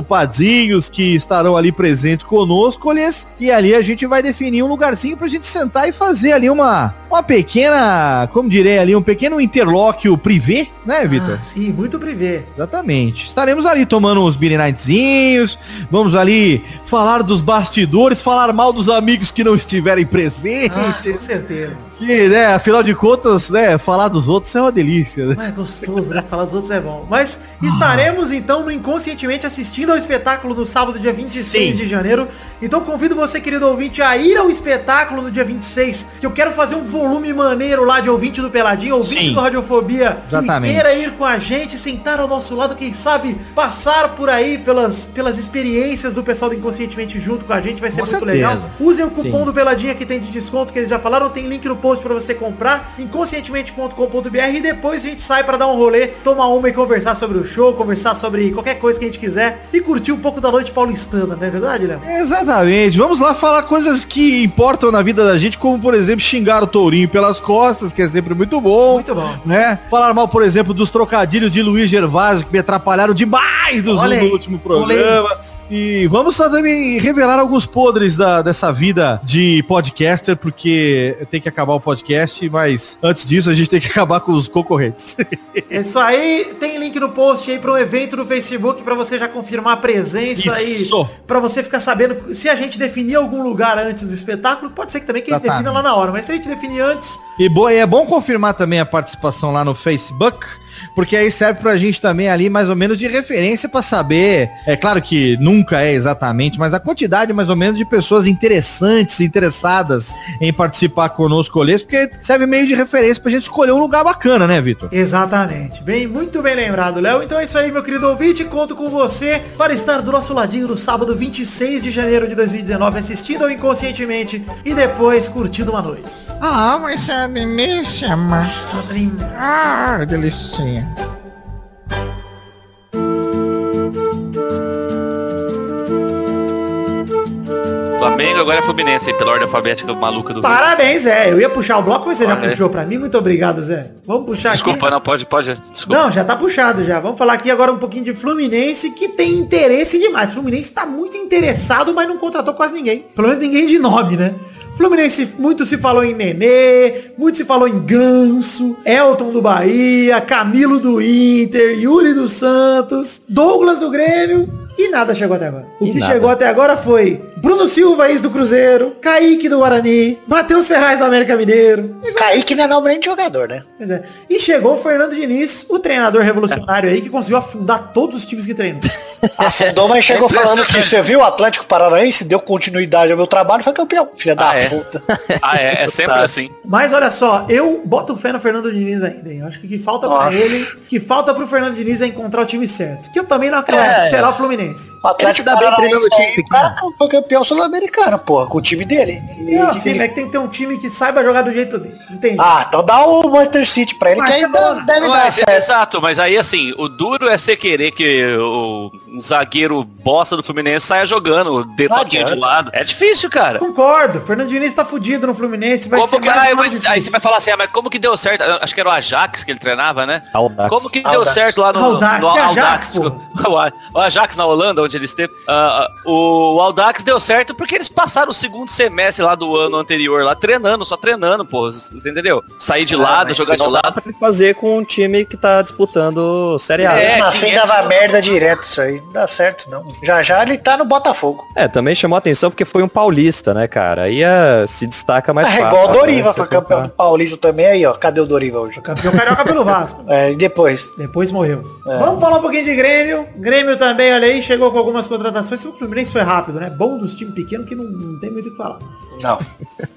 desocupadinhos que estarão ali presentes conosco, lhes, e ali a gente vai definir um lugarzinho pra gente sentar e fazer ali uma, uma pequena, como direi ali, um pequeno interlóquio privê, né, Vitor?
Ah, sim, muito privê.
Exatamente. Estaremos ali tomando uns beer nightzinhos, vamos ali falar dos bastidores, falar mal dos amigos que não estiverem
Ah,
presentes.
com certeza.
E, né, afinal de contas, né, falar dos outros é uma delícia, né?
Mas é gostoso, né? Falar dos outros é bom. Mas estaremos, então, no Inconscientemente assistindo ao espetáculo no sábado, dia 26
Sim.
de janeiro. Então convido você, querido ouvinte, a ir ao espetáculo no dia 26, que eu quero fazer um volume maneiro lá de ouvinte do Peladinho, ouvinte
Sim.
do Radiofobia.
Exatamente.
Que queira ir com a gente, sentar ao nosso lado, quem sabe passar por aí pelas, pelas experiências do pessoal do Inconscientemente junto com a gente. Vai ser
Com
muito
certeza.
legal. Usem o cupom
Sim.
do Peladinha que tem de desconto, que eles já falaram, tem link no post pra você comprar, inconscientemente.com.br e depois a gente sai pra dar um rolê, tomar uma e conversar sobre o show, conversar sobre qualquer coisa que a gente quiser e curtir um pouco da noite paulistana, não é verdade, Léo?
Exatamente. Vamos lá falar coisas que importam na vida da gente, como por exemplo xingar o tourinho pelas costas, que é sempre muito bom.
Muito bom.
Né? Falar mal, por exemplo, dos trocadilhos de Luiz Gervásio que me atrapalharam demais no Zoom
Olha aí,
do último programa. E vamos só também revelar alguns podres da- dessa vida de podcaster, porque tem que acabar o podcast, mas antes disso a gente tem que acabar com os concorrentes.
É isso aí, tem link no post aí para um evento no Facebook para você já confirmar a presença
Isso.
e para você ficar sabendo se a gente definir algum lugar antes do espetáculo, pode ser que também que a gente
Exatamente.
defina lá na hora, mas se a gente definir antes,
E bo- é bom confirmar também a participação lá no Facebook.
porque aí serve pra gente também ali mais ou menos de referência pra saber. É claro que nunca é exatamente, mas a quantidade mais ou menos de pessoas interessantes, interessadas em participar conosco olhês, porque serve meio de referência pra gente escolher um lugar bacana, né, Vitor?
Exatamente. Bem, muito bem lembrado, Léo. Então é isso aí, meu querido ouvinte. Conto com você para estar do nosso ladinho no sábado 26 de janeiro de 2019, assistindo ao Inconscientemente e depois curtindo uma noite.
Ah, mas é uma delícia, mas... Ah, delicinha.
Flamengo agora é Fluminense, aí, pela ordem alfabética maluca do grupo.
Parabéns, Zé. Eu ia puxar o bloco, mas você já
Olha.
puxou pra mim. Muito obrigado, Zé. Vamos puxar
Desculpa,
aqui.
não, pode, pode. Desculpa.
Não, já tá puxado já. Vamos falar aqui agora um pouquinho de Fluminense, que tem interesse demais. Fluminense tá muito interessado, mas não contratou quase ninguém. Pelo menos ninguém de nome, né? Fluminense, muito se falou em Nenê, muito se falou em Ganso, Elton do Bahia, Camilo do Inter, Yuri do Santos, Douglas do Grêmio e nada chegou até agora. O
E
que
nada.
chegou até agora foi Bruno Silva, ex do Cruzeiro, Kaique do Guarani, Matheus Ferraz do América Mineiro,
Kaique não é nome nem de jogador, né?
Pois é. E chegou o Fernando Diniz, o treinador revolucionário aí que conseguiu afundar todos os times que treinou.
Afundou, mas
É
chegou falando que você viu o Atlético Paranaense, deu continuidade ao meu trabalho, foi campeão. Filha da
Ah, é?
puta.
Ah, é, é sempre
Tá.
assim.
Mas olha só, eu boto fé no Fernando Diniz ainda. hein? Eu acho que o que falta pra
Nossa.
ele, o que falta pro Fernando Diniz é encontrar o time certo. Que eu também não acredito
É.
que será o Fluminense.
O Atlético
dá bem treinando
Paranaense
o time
aí, o
pequeno.
cara foi campeão sul-americano, porra, com o time dele. E-
Não, assim, mas tem que ter um time que saiba jogar do jeito dele. Entende?
Ah, então dá o Manchester City pra ele, que
é
aí dá-
Barcelona.
né?
deve dar né?
Mas,
certo.
é, exato, mas aí assim, o duro é você querer que o, um zagueiro bosta do Fluminense saia jogando, dê
Não
toquinho de
adianta.
lado. É difícil, cara.
Concordo, Fernando Diniz tá fudido no Fluminense, vai
Como
ser
que,
mais
ah,
um ano
mas- aí você
difícil.
vai falar assim, ah, mas como que deu certo? Eu Acho que era o Ajax que ele treinava, né?
Audax.
Como que deu
Audax.
certo lá no,
Audax,
no
é Ajax,
desculpa. o, A- o Ajax na Holanda, onde ele esteve. Ah, ah, o, o Audax deu certo porque eles passaram o segundo semestre lá do ano anterior, lá treinando, só treinando, pô. Você entendeu? Sair
É,
de lado, jogar de lado.
Fazer com um time que tá disputando Série A.
É,
É,
Mesmo assim
quem é-
dava merda direto isso aí. Não dá certo, não. Já já ele tá no Botafogo.
É, também chamou atenção porque foi um paulista, né, cara? Aí ah, se destaca mais
Ah,
fácil.
igual o
né?
Doriva,
Você
foi campeão do
comprar.
Paulista também aí, ó. Cadê o Doriva hoje?
Campeão carioca pelo Vasco.
É, e depois?
Depois morreu. Vamos falar um pouquinho de Grêmio. Grêmio também, olha aí, chegou com algumas contratações. O Fluminense foi rápido, né? Bom dos times pequenos que não, não tem muito o que falar.
Não.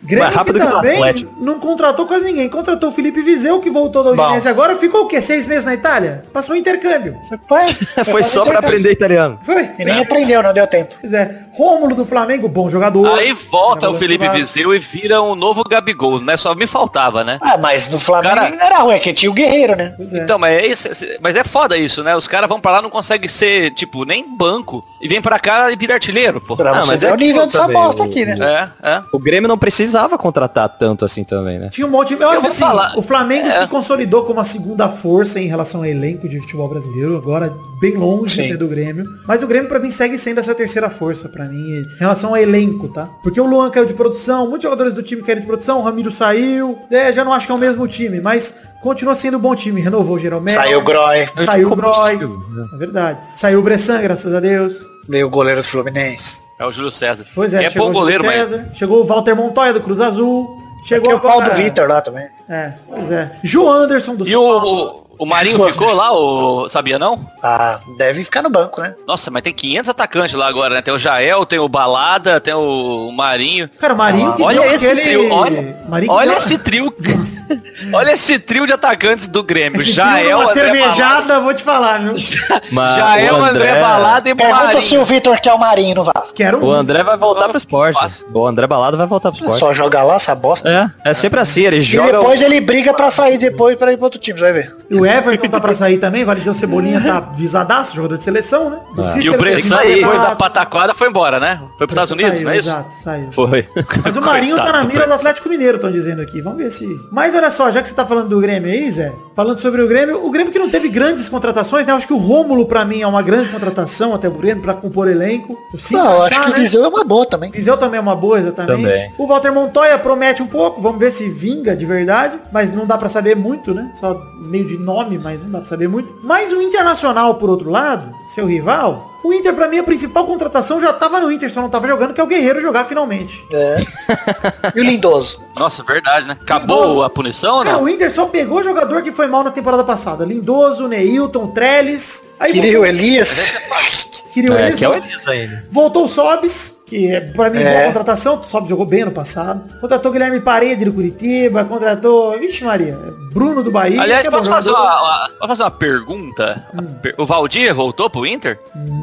Grêmio
Mais rápido
que
que o
também
Atlético.
não contratou quase ninguém. Contratou o Felipe Vizeu, que voltou da
Bom.
audiência agora. Ficou o quê? Seis meses na Itália? Passou um intercâmbio.
Foi só pra aprender italiano.
Foi.
E nem aprendeu, não deu tempo.
Pois é. Rômulo do Flamengo, bom jogador.
Aí volta
Jogador
o
do
Felipe
Vasco.
Vizeu e vira um novo Gabigol, né? Só me faltava, né?
Ah, mas no Flamengo
Cara-
ele não era ruim, é que tinha o Guerreiro, né?
Pois é.
Então, mas é, isso, mas é foda isso, né? Os caras vão pra lá, não conseguem ser, tipo, nem banco. E vem pra cá e vira artilheiro, pô.
Pra
Ah,
você
mas
ver
é
o nível
aquilo
dessa
também,
bosta
o-
aqui, né?
É, é.
O Grêmio não precisava contratar tanto assim também, né?
Tinha um monte de... Eu acho
Eu
que
vou
assim,
falar.
o Flamengo
É.
se consolidou como a segunda força em relação ao elenco de futebol brasileiro, agora bem longe
Sim.
até do Grêmio. Mas o Grêmio pra mim segue sendo essa terceira força pra mim em relação ao elenco, tá? Porque o Luan caiu de produção, muitos jogadores do time caíram de produção, o Ramiro saiu, é, já não acho que é o mesmo time, mas continua sendo um bom time, renovou o
é.
Jeromel.
Saiu o Groy,
Saiu o Groy, é verdade. Saiu o Bressan, graças a Deus.
veio o goleiro do Fluminense.
É o Júlio César.
Pois
E
é,
é
chegou
bom
o Júlio
goleiro, mas
César, Chegou o Walter Montoya do Cruz Azul. Chegou
Tem É o pau do
agora-
Vitor lá também.
É, pois é. Ju Anderson do
E o, o, o Marinho ficou lá, o, sabia não?
Ah, deve ficar no banco, né?
Nossa, mas tem 500 atacantes lá agora, né? Tem o Jael, tem o Balada, tem o Marinho.
Cara, o Marinho que
Ah, Olha
deu
esse
aquele...
trio, olha,
Marinho que
olha
deu-
esse trio. olha esse trio de atacantes do Grêmio.
esse trio
Jael,
numa
é André
cervejada,
Balada,
vou te falar, viu?
Mas
Jael,
o
é André,
É,
Balada e
Pergunta se
Marinho.
o Vitor quer o Marinho no Vasco.
Quero
O André vai voltar pro esporte.
Fácil.
O André Balada vai voltar pro esporte.
Só joga lá essa bosta.
É, é sempre assim, ele
E
joga.
depois ele briga pra sair depois pra ir pro outro time, você vai ver.
E o Everton tá pra sair também, vale dizer, o Cebolinha tá visadaço, jogador de seleção, né? Precisa
É. E
ser
o Bressan,
contratado.
depois da pataquada, foi embora, né? Foi pros Estados Unidos,
saiu,
não é isso?
Exato, saiu.
Foi.
Mas o Marinho tá na
Coitado do
mira do
Bressan.
Atlético Mineiro, estão dizendo aqui. Vamos ver se. Mas olha só, já que você tá falando do Grêmio aí, Zé, falando sobre o Grêmio, o Grêmio que não teve grandes contratações, né? Acho que o Rômulo, pra mim, é uma grande contratação até o Grêmio pra compor elenco. O Sim,
não, eu acho que o Viseu é uma boa também.
Viseu também é uma boa, exatamente.
Também.
O Walter Montoya promete um pouco, vamos ver se vinga de verdade, mas não dá pra saber muito, né? Só meio de nome, mas não dá pra saber muito. Mas o Internacional, por outro lado, seu rival, O Inter, pra mim, a principal contratação já tava no Inter, só não tava jogando, que é o Guerreiro jogar finalmente.
E o Lindoso?
Nossa, verdade, né? Acabou
Nossa.
a punição ou
Cara,
não?
o Inter só pegou jogador que foi mal na temporada passada. Lindoso, Neilton, Trellis. Aí
Queria o Elias?
voltou- Queria o
É,
Elias.
que é o Elias ainda.
Voltou o Sobs, que é pra mim
É.
boa contratação. O Sobs jogou bem no passado. Contratou Guilherme Parede do Curitiba. Contratou. Vixe, Maria. Bruno do Bahia.
Aliás,
que é bom
posso fazer,
jogador.
uma, uma- posso fazer uma pergunta?
Hum.
Per- O Valdir voltou pro Inter?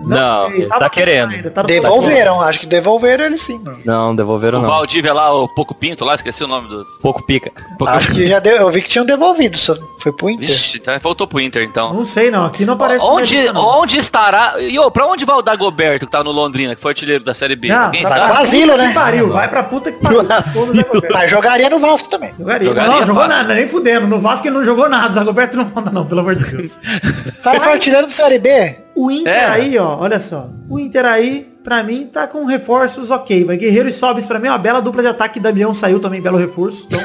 Não,
sei,
ele
tava pensando
tá querendo.
ainda, tava
Devolveram, acho que devolveram ele sim, mano.
Não, devolveram
O
não.
Valdívia lá, o Poco Pinto lá, esqueci o nome do...
Pouco pica. Ah.
Poco...
Acho que já deu. Eu vi que tinham devolvido, só foi pro Inter.
Vixe, então voltou pro Inter, então.
Não sei, não. Aqui não aparece. na minha
Onde,
lista, não.
onde estará... E, ô, pra onde vai o Dagoberto, que tá no Londrina, que foi artilheiro da Série B?
Não,
Alguém
tá-
sabe?
Vai pro asilo,
Que
né?
pariu, vai pra puta que pariu. Todo Dagoberto.
Mas jogaria no Vasco também.
Jogaria.
Jogaria
não, jogou
fácil.
nada, nem fudendo. No Vasco ele não jogou nada. O Dagoberto não manda, não, pelo amor de Deus.
O cara foi artilheiro da Série B.
O Inter
É.
aí, ó, olha só. O Inter aí, pra mim, tá com reforços ok. Vai Guerreiro e Sobis pra mim, é uma bela dupla de ataque. Damião saiu também, belo reforço. Então,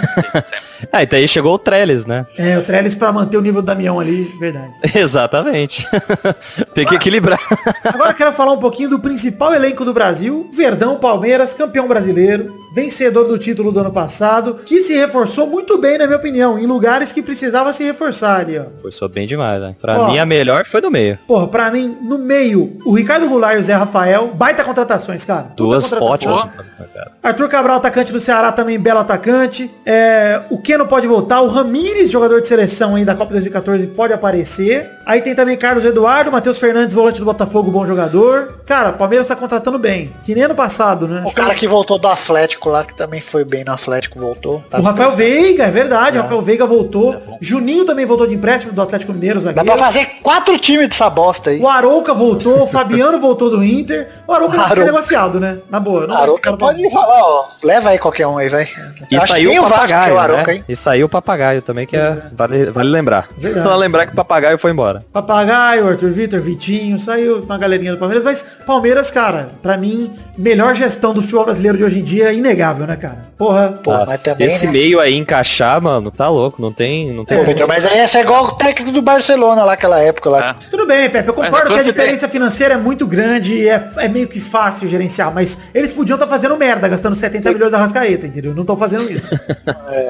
Ah, então aí chegou o Trellis, né?
é, o Trellis pra manter o nível do Damião ali, verdade.
Exatamente. Tem que equilibrar.
Agora eu quero falar um pouquinho do principal elenco do Brasil, Verdão Palmeiras, campeão brasileiro, vencedor do título do ano passado, que se reforçou muito bem, na minha opinião, em lugares que precisava se reforçar ali, ó.
Foi só bem demais, né? Pra
Ó.
mim, a melhor foi do meio.
Porra, pra mim, no meio, o Ricardo Goulart e o Zé Rafael, baita contratações, cara. Puta
Duas
contratação.
ótimas.
Boa.
contratações, cara.
Arthur Cabral, atacante do Ceará, também belo atacante. É, o Keno pode voltar. O Ramires, jogador de seleção aí da Copa 2014, pode aparecer. Aí tem também Carlos Eduardo, Matheus Fernandes, volante do Botafogo, bom jogador. Cara, o Palmeiras tá contratando bem. Que nem ano passado, né?
O cara que voltou do Atlético lá, que também foi bem no Atlético, voltou. Tá
O Rafael Veiga, é verdade. O
É.
Rafael Veiga voltou. Juninho também voltou de empréstimo do Atlético Mineiro,
Dá
zagueiro.
pra fazer quatro times dessa bosta aí.
O Arouca voltou, o Fabiano voltou do Inter. O Arouca deve ser
Arouca.
negociado, né? Na boa.
O
não vai ficar
Aroca
no
pode
Palmeiras.
falar, ó. Leva aí qualquer um aí, vai.
E
Acho que
saiu
nem
o
que é
papagaio,
o Aroca,
né? E saiu o papagaio também, que é... Vale, vale lembrar.
Verdade.
Só lembrar que o papagaio foi embora.
Papagaio, Arthur Vitor, Vitinho, saiu uma galerinha do Palmeiras, mas Palmeiras, cara, pra mim, melhor gestão do futebol brasileiro de hoje em dia é inegável, né, cara? Porra.
Pô, mas
Nossa,
também,
esse
né?
meio aí encaixar, mano, tá louco. Não tem... Não tem
Pô, Pedro, mas aí essa é igual o técnico do Barcelona lá, aquela época lá.
Ah.
Tá.
Tudo bem, Pepe, eu
Mas é
concordo que
quando
a
você
diferença financeira é muito grande e é, é meio que fácil gerenciar, mas eles podiam estar fazendo merda, gastando 70 milhões da Rascaeta, entendeu? Não estão fazendo isso.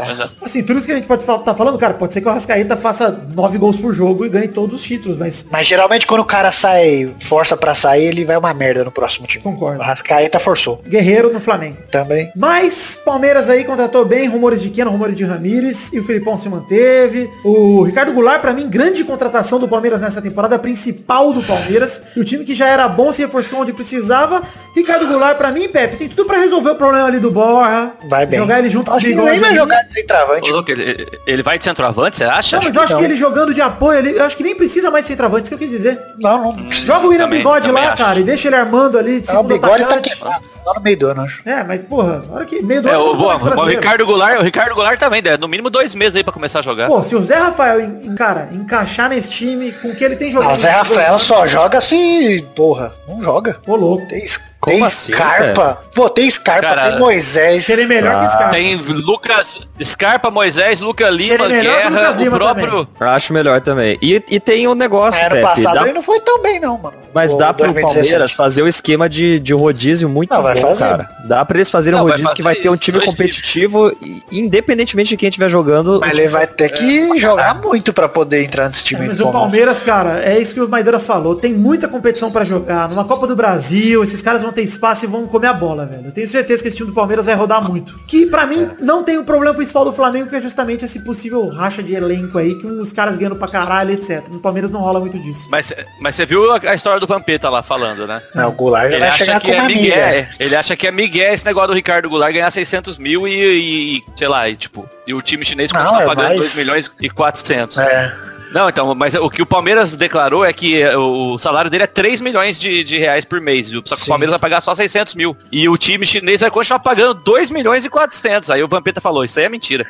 Exato.
Assim, tudo isso que a gente pode estar falando, cara, pode ser que o Rascaeta faça 9 gols por jogo e ganhe todos os títulos, mas
Mas geralmente quando o cara sai, força pra sair, ele vai uma merda no próximo time.
Concordo.
O Rascaeta forçou
Guerreiro no Flamengo.
também.
Mas Palmeiras aí contratou bem, rumores de Keno, rumores de Ramires, e o Filipão se manteve. O Ricardo Goulart, pra mim, grande contratação do Palmeiras nessa temporada, a principal do Palmeiras. E o time que já era bom se reforçou onde precisava. Ricardo Goulart, pra mim, Pepe, tem tudo pra resolver o problema ali do Borra.
Vai bem.
Jogar ele junto
Acho que
com o
ele nem
Bigode.
vai
ali. né?
jogar de
Ô,
centroavante.
louco, ele, ele vai de centroavante, você acha?
Não, mas eu acho que ele jogando de apoio ali, eu acho que nem precisa mais de centroavante, isso que eu quis dizer.
Não,
Hum.
não. precisa.
Joga o William
Também-
Bigode
também
lá,
acho. É,
cara, e deixa ele armando ali de
Ah, o
segundo
bigode tá
atacante.
queimado. Lá no meio do ano, acho.
É, mas porra, a hora que meio do
É,
ano
o,
não tá
bom,
mais
o
brasileiro.
Ricardo Goulart, o Ricardo Goulart também, né? No mínimo dois meses aí pra começar a jogar.
Pô, se o Zé Rafael, en- en- cara, encaixar nesse time com o que ele tem jogado.
Ah, o Zé Rafael só joga se. Porra, não joga.
Ô, louco.
Tem, es-
Como
tem
assim,
Scarpa. Pô, tem Scarpa,
Cara,
tem Moisés.
Seria é melhor que esse cara.
Tem Lucas, Scarpa, Moisés, Luca Lima,
Ele é melhor que o
Guerra,
Lucas Lima
o próprio...
Acho melhor também. E, e tem um negócio,
Mas É, Ano
Pepe.
passado
dá-
ele não foi tão bem, não, mano.
Mas
O
dá pro
2017.
Palmeiras fazer o esquema de, de rodízio muito
Não,
bom,
vai fazer.
cara. Dá pra eles fazerem
Não,
um
vai
rodízio que vai
fazer
ter um
isso,
time
dois
competitivo, e- independentemente de quem estiver jogando.
Mas ele vai ter que
É.
jogar muito pra poder entrar nesse time
Mas
do
o
Palmeiras.
Palmeiras, cara, é isso que o Maidana falou. Tem muita competição pra jogar. Numa Copa do Brasil, esses caras vão ter espaço e vão comer a bola, velho. Eu tenho certeza que esse time do Palmeiras vai rodar muito. Que pra mim
É.
não tem o problema principal do Flamengo, que é justamente esse possível racha de elenco aí, que uns caras ganhando pra caralho, etc. No Palmeiras não rola muito disso.
Mas, mas você viu a, a história do Vampeta lá falando, né?
Não, o Goulart já
Ele
vai
acha
chegar
que
com
é
uma milha.
Miguel. Ele acha que é Miguel esse negócio do Ricardo Goulart ganhar 600 mil e, e- e, sei lá, e, tipo, e o time chinês
Não,
continuar
é
pagando
mais.
2 milhões e 400.
É.
Não, então, mas o que o Palmeiras declarou é que eh, o salário dele é 3 milhões de, de reais por mês, viu? só que o Palmeiras vai pagar só 600 mil. E o time chinês vai continuar pagando 2 milhões e 400. Aí o Vampeta falou, isso aí é mentira.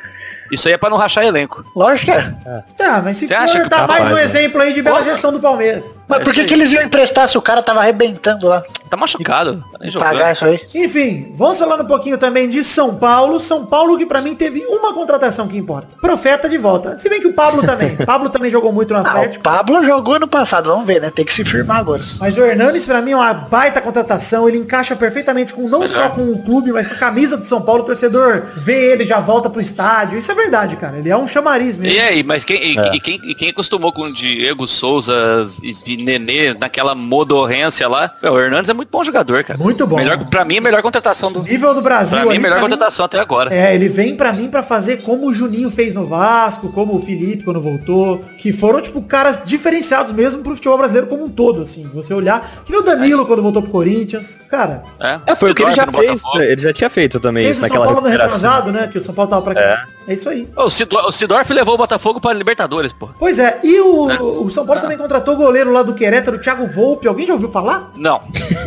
Isso aí é pra não rachar elenco.
Lógico que é.
Tá, mas se
Você acha
for,
que
tá
tá
mais um
capaz, né?
exemplo aí de bela
Como?
gestão do Palmeiras.
Mas por que, que eles iam emprestar se o cara tava arrebentando lá?
Tá machucado. Tá nem jogando.
Pagar isso aí.
Enfim, vamos falando um pouquinho também de São Paulo. São Paulo que pra mim teve uma contratação que importa. Profeta de volta. Se bem que o Pablo também. Pablo também jogou muito no
Ah, o
Atlético.
Pablo jogou no passado, vamos ver, né? Tem que se firmar agora.
Mas o Hernanes pra mim é uma baita contratação, ele encaixa perfeitamente com não
é.
só com o clube, mas com a camisa do São Paulo, o torcedor vê ele, já volta pro estádio. Isso é verdade, cara. Ele é um chamariz mesmo.
E aí, mas quem, e,
É.
e quem, e quem acostumou com o Diego Souza e, e Nenê naquela modorrência lá? Meu, o Hernandes é muito bom jogador, cara.
Muito bom.
Melhor, pra mim, a melhor contratação do.
Nível do Brasil
Pra mim,
ali,
a melhor
pra mim,
contratação até agora.
É, ele vem pra mim pra fazer como o Juninho fez no Vasco, como o Felipe quando voltou, que foram, tipo, caras diferenciados mesmo pro futebol brasileiro como um todo, assim. Você olhar, que nem o Danilo quando voltou pro Corinthians, cara.
É,
É, foi o que ele já
Sidorf no
fez.
Botafogo.
né? Ele já tinha feito também
Fez
isso
o São
naquela
Paulo no
recuperação.
retrasado, né, que o São Paulo tava pra cá. É, isso aí.
Ô, O Sidor- o Sidorf levou o Botafogo pra Libertadores, pô.
Pois é, e o, o São Paulo também contratou o goleiro lá do Querétaro, o Thiago Volpe. Alguém já ouviu falar?
Não.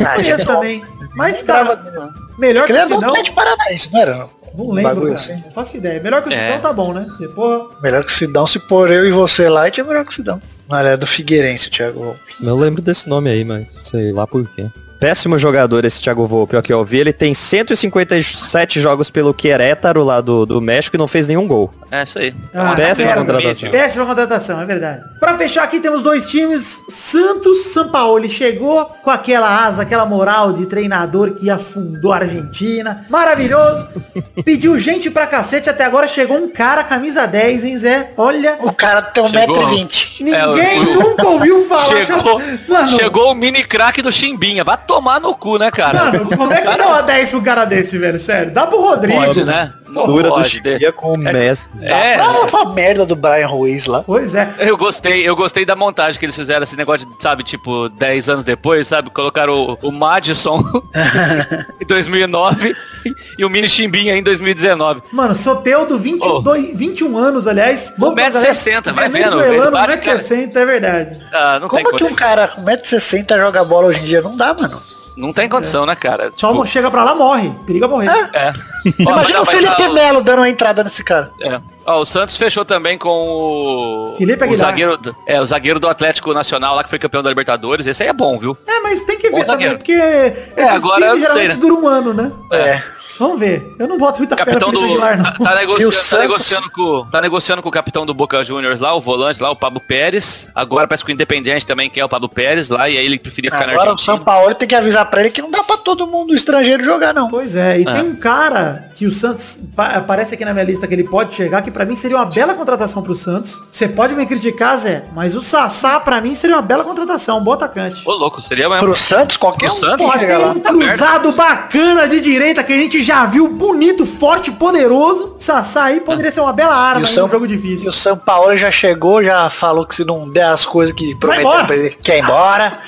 Ah,
Conheço
não.
também. Mas,
Tava-
cara, melhor
Acho que ele
que o
era do
Sidão...
Atlético Paranaense, não era?
Não lembro,
Bagulho
cara.
assim.
Não faço ideia. Melhor que o
É.
Sidão tá bom, né? Porque, porra...
Melhor que o Sidão, se pôr eu e você lá, que é melhor que o Sidão. Olha, é do Figueirense, o Thiago Volpe.
Eu lembro desse nome aí, mas sei lá por quê. Péssimo jogador esse Thiago Volpe, aqui eu vi. Ele tem 157 jogos pelo Querétaro lá do, do México e não fez nenhum gol.
É isso aí.
Ah,
Péssima
pera,
Tá.
contratação.
Péssima contratação, é verdade. Pra fechar aqui, temos dois times. Santos, São Paulo. Ele chegou com aquela asa, aquela moral de treinador que afundou a Argentina. Maravilhoso. Pediu gente pra cacete. Até agora chegou um cara, camisa 10, hein, Zé? Olha...
O cara tem
Chegou.
1,20m.
Ninguém
É, o-
nunca ouviu falar.
Chegou,
Mano,
chegou o mini craque do Chimbinha. Vai tomar no cu, né, cara?
Mano, como é que dá uma 10 pro cara desse, velho? Sério, dá pro Rodrigo.
Pode, né? Não
Dura do
pode.
Chile com o Messi.
É,
Ah, foi a merda do Brian Ruiz lá.
Pois é.
Eu gostei, eu gostei da montagem que eles fizeram, esse negócio de, sabe, tipo, 10 anos depois, sabe? Colocaram o, o Madison em 2009 e o Mini Chimbinha em 2019.
Mano, Soteudo, 22, 21 anos, aliás. Novo
1,60, vai vendo,
Venezuelano,
ele bate,
1,60m, é verdade.
Ah, não, tem
Como que um
condição,
cara com 1,60m joga bola hoje em dia? Não dá, mano.
não tem condição, né, cara? Tipo,
Toma, chega pra lá, morre. Periga morrer.
é. Ó,
um Imagina o
mas- tá- mas-
Felipe Melo dando uma entrada nesse cara.
É. Ó, o Santos fechou também com o.
Felipe
o
Aguilar.
zagueiro, do- é, o zagueiro do Atlético Nacional lá que foi campeão da Libertadores. Esse aí é bom, viu?
É, mas tem que ver
Bom
também,
zagueiro.
porque esses
É, agora eu não sei,
geralmente
né?
duram um ano, né?
É.
Vamos ver. Eu não boto muita fé no
Capitão
Felipe
do.
Aguilar,
Tá,
não.
tá
E o
negociando, tá
Santos?
negociando com, tá negociando com o capitão do Boca Juniors lá, o volante lá, o Pablo Pérez. Agora parece que o Independente também quer o Pablo Pérez lá, e aí ele preferia ficar na
Agora o
Argentina.
São Paulo tem que avisar pra ele que não dá pra todo mundo estrangeiro jogar, não.
Pois é, e tem um cara que o Santos pa- aparece aqui na minha lista que ele pode chegar, que pra mim seria uma bela contratação pro Santos. Você pode me criticar, Zé, mas o Sassá pra mim seria uma bela contratação, um bom atacante.
Ô, louco, seria mesmo.
Pro Santos, qualquer
Pro
um
Santos?
pode
Ó, tem
chegar lá.
um cruzado bacana de direita que a gente já viu, bonito, forte, poderoso. Sassá aí
Ah.
poderia ser uma bela
E
arma
o
aí
São-
num jogo
E
difícil.
o São Paulo já chegou, já falou que se não der as coisas que prometeu
embora.
pra ele, quer ir embora.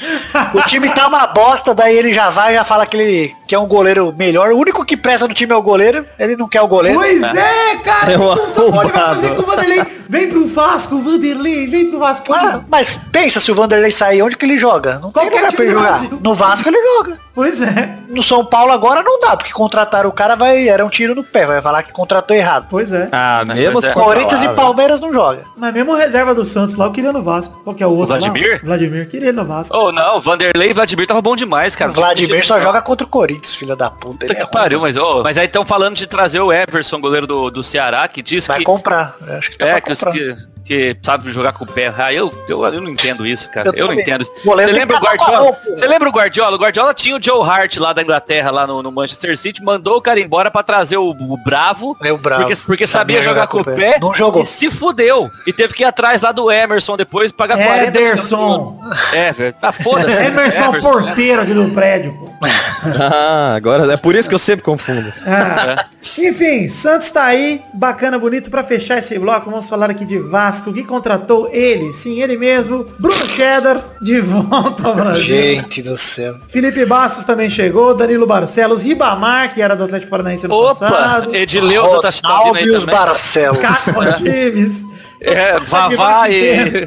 o time tá uma bosta, daí ele já vai e já fala que ele quer um goleiro melhor. O único que presta no time é o goleiro, ele não quer o goleiro.
Pois é, cara,
É um
o que o São Paulo vai
arrombado.
fazer com o Vanderlei? Vem pro Vasco, Vanderlei, vem pro Vasco.
Ah, mas pensa se o Vanderlei sair, onde que ele joga? Não tem
Qualquer
lugar pra
time
ele
do
jogar.
Brasil.
No Vasco ele joga.
Pois é,
No São Paulo agora não dá, porque contrataram o cara, vai, era um tiro no pé, vai falar que contratou errado.
pois é.
Ah, mesmo
Pois
se
é.
for
Corinthians
falar,
e Palmeiras não joga.
Mas mesmo a reserva do Santos lá, eu queria no Vasco. Qual que é o outro? lá?
Vladimir?
Vladimir, queria no Vasco.
Ô, não, Vanderlei e Vladimir tava bom demais, cara.
Vladimir só joga contra o Corinthians, filha da puta. Ele
tá- Puta
é
que
ruim.
pariu, mas, ô, mas aí estão falando de trazer o Everson, goleiro do, do Ceará, que diz
Vai
que,
comprar. Eu Acho que tá
é,
pra
que, os
comprar.
que, que sabe jogar com o pé. Ah, eu, eu, eu não entendo isso, cara.
Eu
Eu, não
também.
entendo.
Goleiro
Você
tem que
lembra o
tapar com a
Guardiola?
roupa.
Você lembra o Guardiola? O Guardiola tinha o Joe Hart lá da Inglaterra, lá no, no Manchester City, mandou o cara embora pra trazer o, o Bravo.
É o Bravo.
Porque, porque sabia jogar com o pé.
Não jogou.
E se fudeu. E teve que ir atrás lá do Emerson depois pagar 40 milhões por
Ederson.
ano. É, velho. Tá foda-se.
Emerson, porteiro aqui do prédio. pô.
Ah, agora é por isso que eu sempre confundo.
Ah. Enfim, Santos tá aí, bacana, bonito. Pra fechar esse bloco, vamos falar aqui de Vasco, que contratou ele, sim, ele mesmo, Bruno Cheddar, de volta ao Brasil.
Gente do céu.
Felipe Bastos também chegou, Danilo Barcelos, Ribamar, que era do Atlético Paranaense ano
Opa,
passado.
Edileuza tá, tá vindo aí
Ronaldo e os
também.
Barcelos.
Caco Times.
É, Vavá e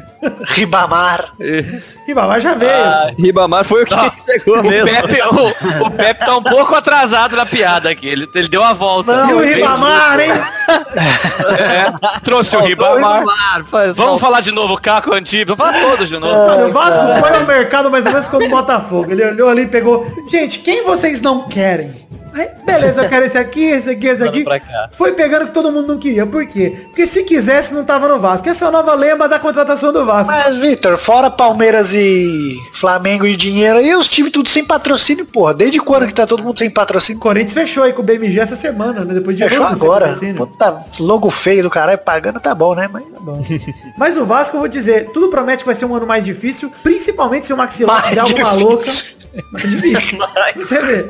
Ribamar.
Ribamar já veio.
Ah,
Ribamar foi Ah. Tá. o que chegou
o Pepe, o, o Pepe tá um pouco atrasado na piada aqui. Ele, ele deu a volta.
Não, e o Ribamar, hein?
É, trouxe o Ribamar. Vamos falar de novo, Caco Antigo. Vamos falar todos de novo.
Mano, o Vasco
Ah.
foi ao mercado mais ou menos como o Botafogo. Ele olhou ali e pegou. Gente, quem vocês não querem? Aí, beleza, eu quero esse aqui, esse aqui, esse aqui. Foi pegando o que todo mundo não queria. Por quê? Porque se quisesse, não tava no Vasco. Essa é a nova lema da contratação do Vasco.
Mas, Vitor, fora Palmeiras e Flamengo e dinheiro, e os times tudo sem patrocínio, porra. Desde quando que tá todo mundo sem patrocínio?
O Corinthians fechou aí com o BMG essa semana, né? Depois de
Fechou
anos sem
agora.
patrocínio.
Puta, logo feio do caralho, pagando tá bom, né? Mas tá bom.
Mas o Vasco, eu vou dizer, tudo promete que vai ser um ano mais difícil, principalmente se o Maxilar
Mais
der alguma
difícil.
louca. Mais difícil. Você vê.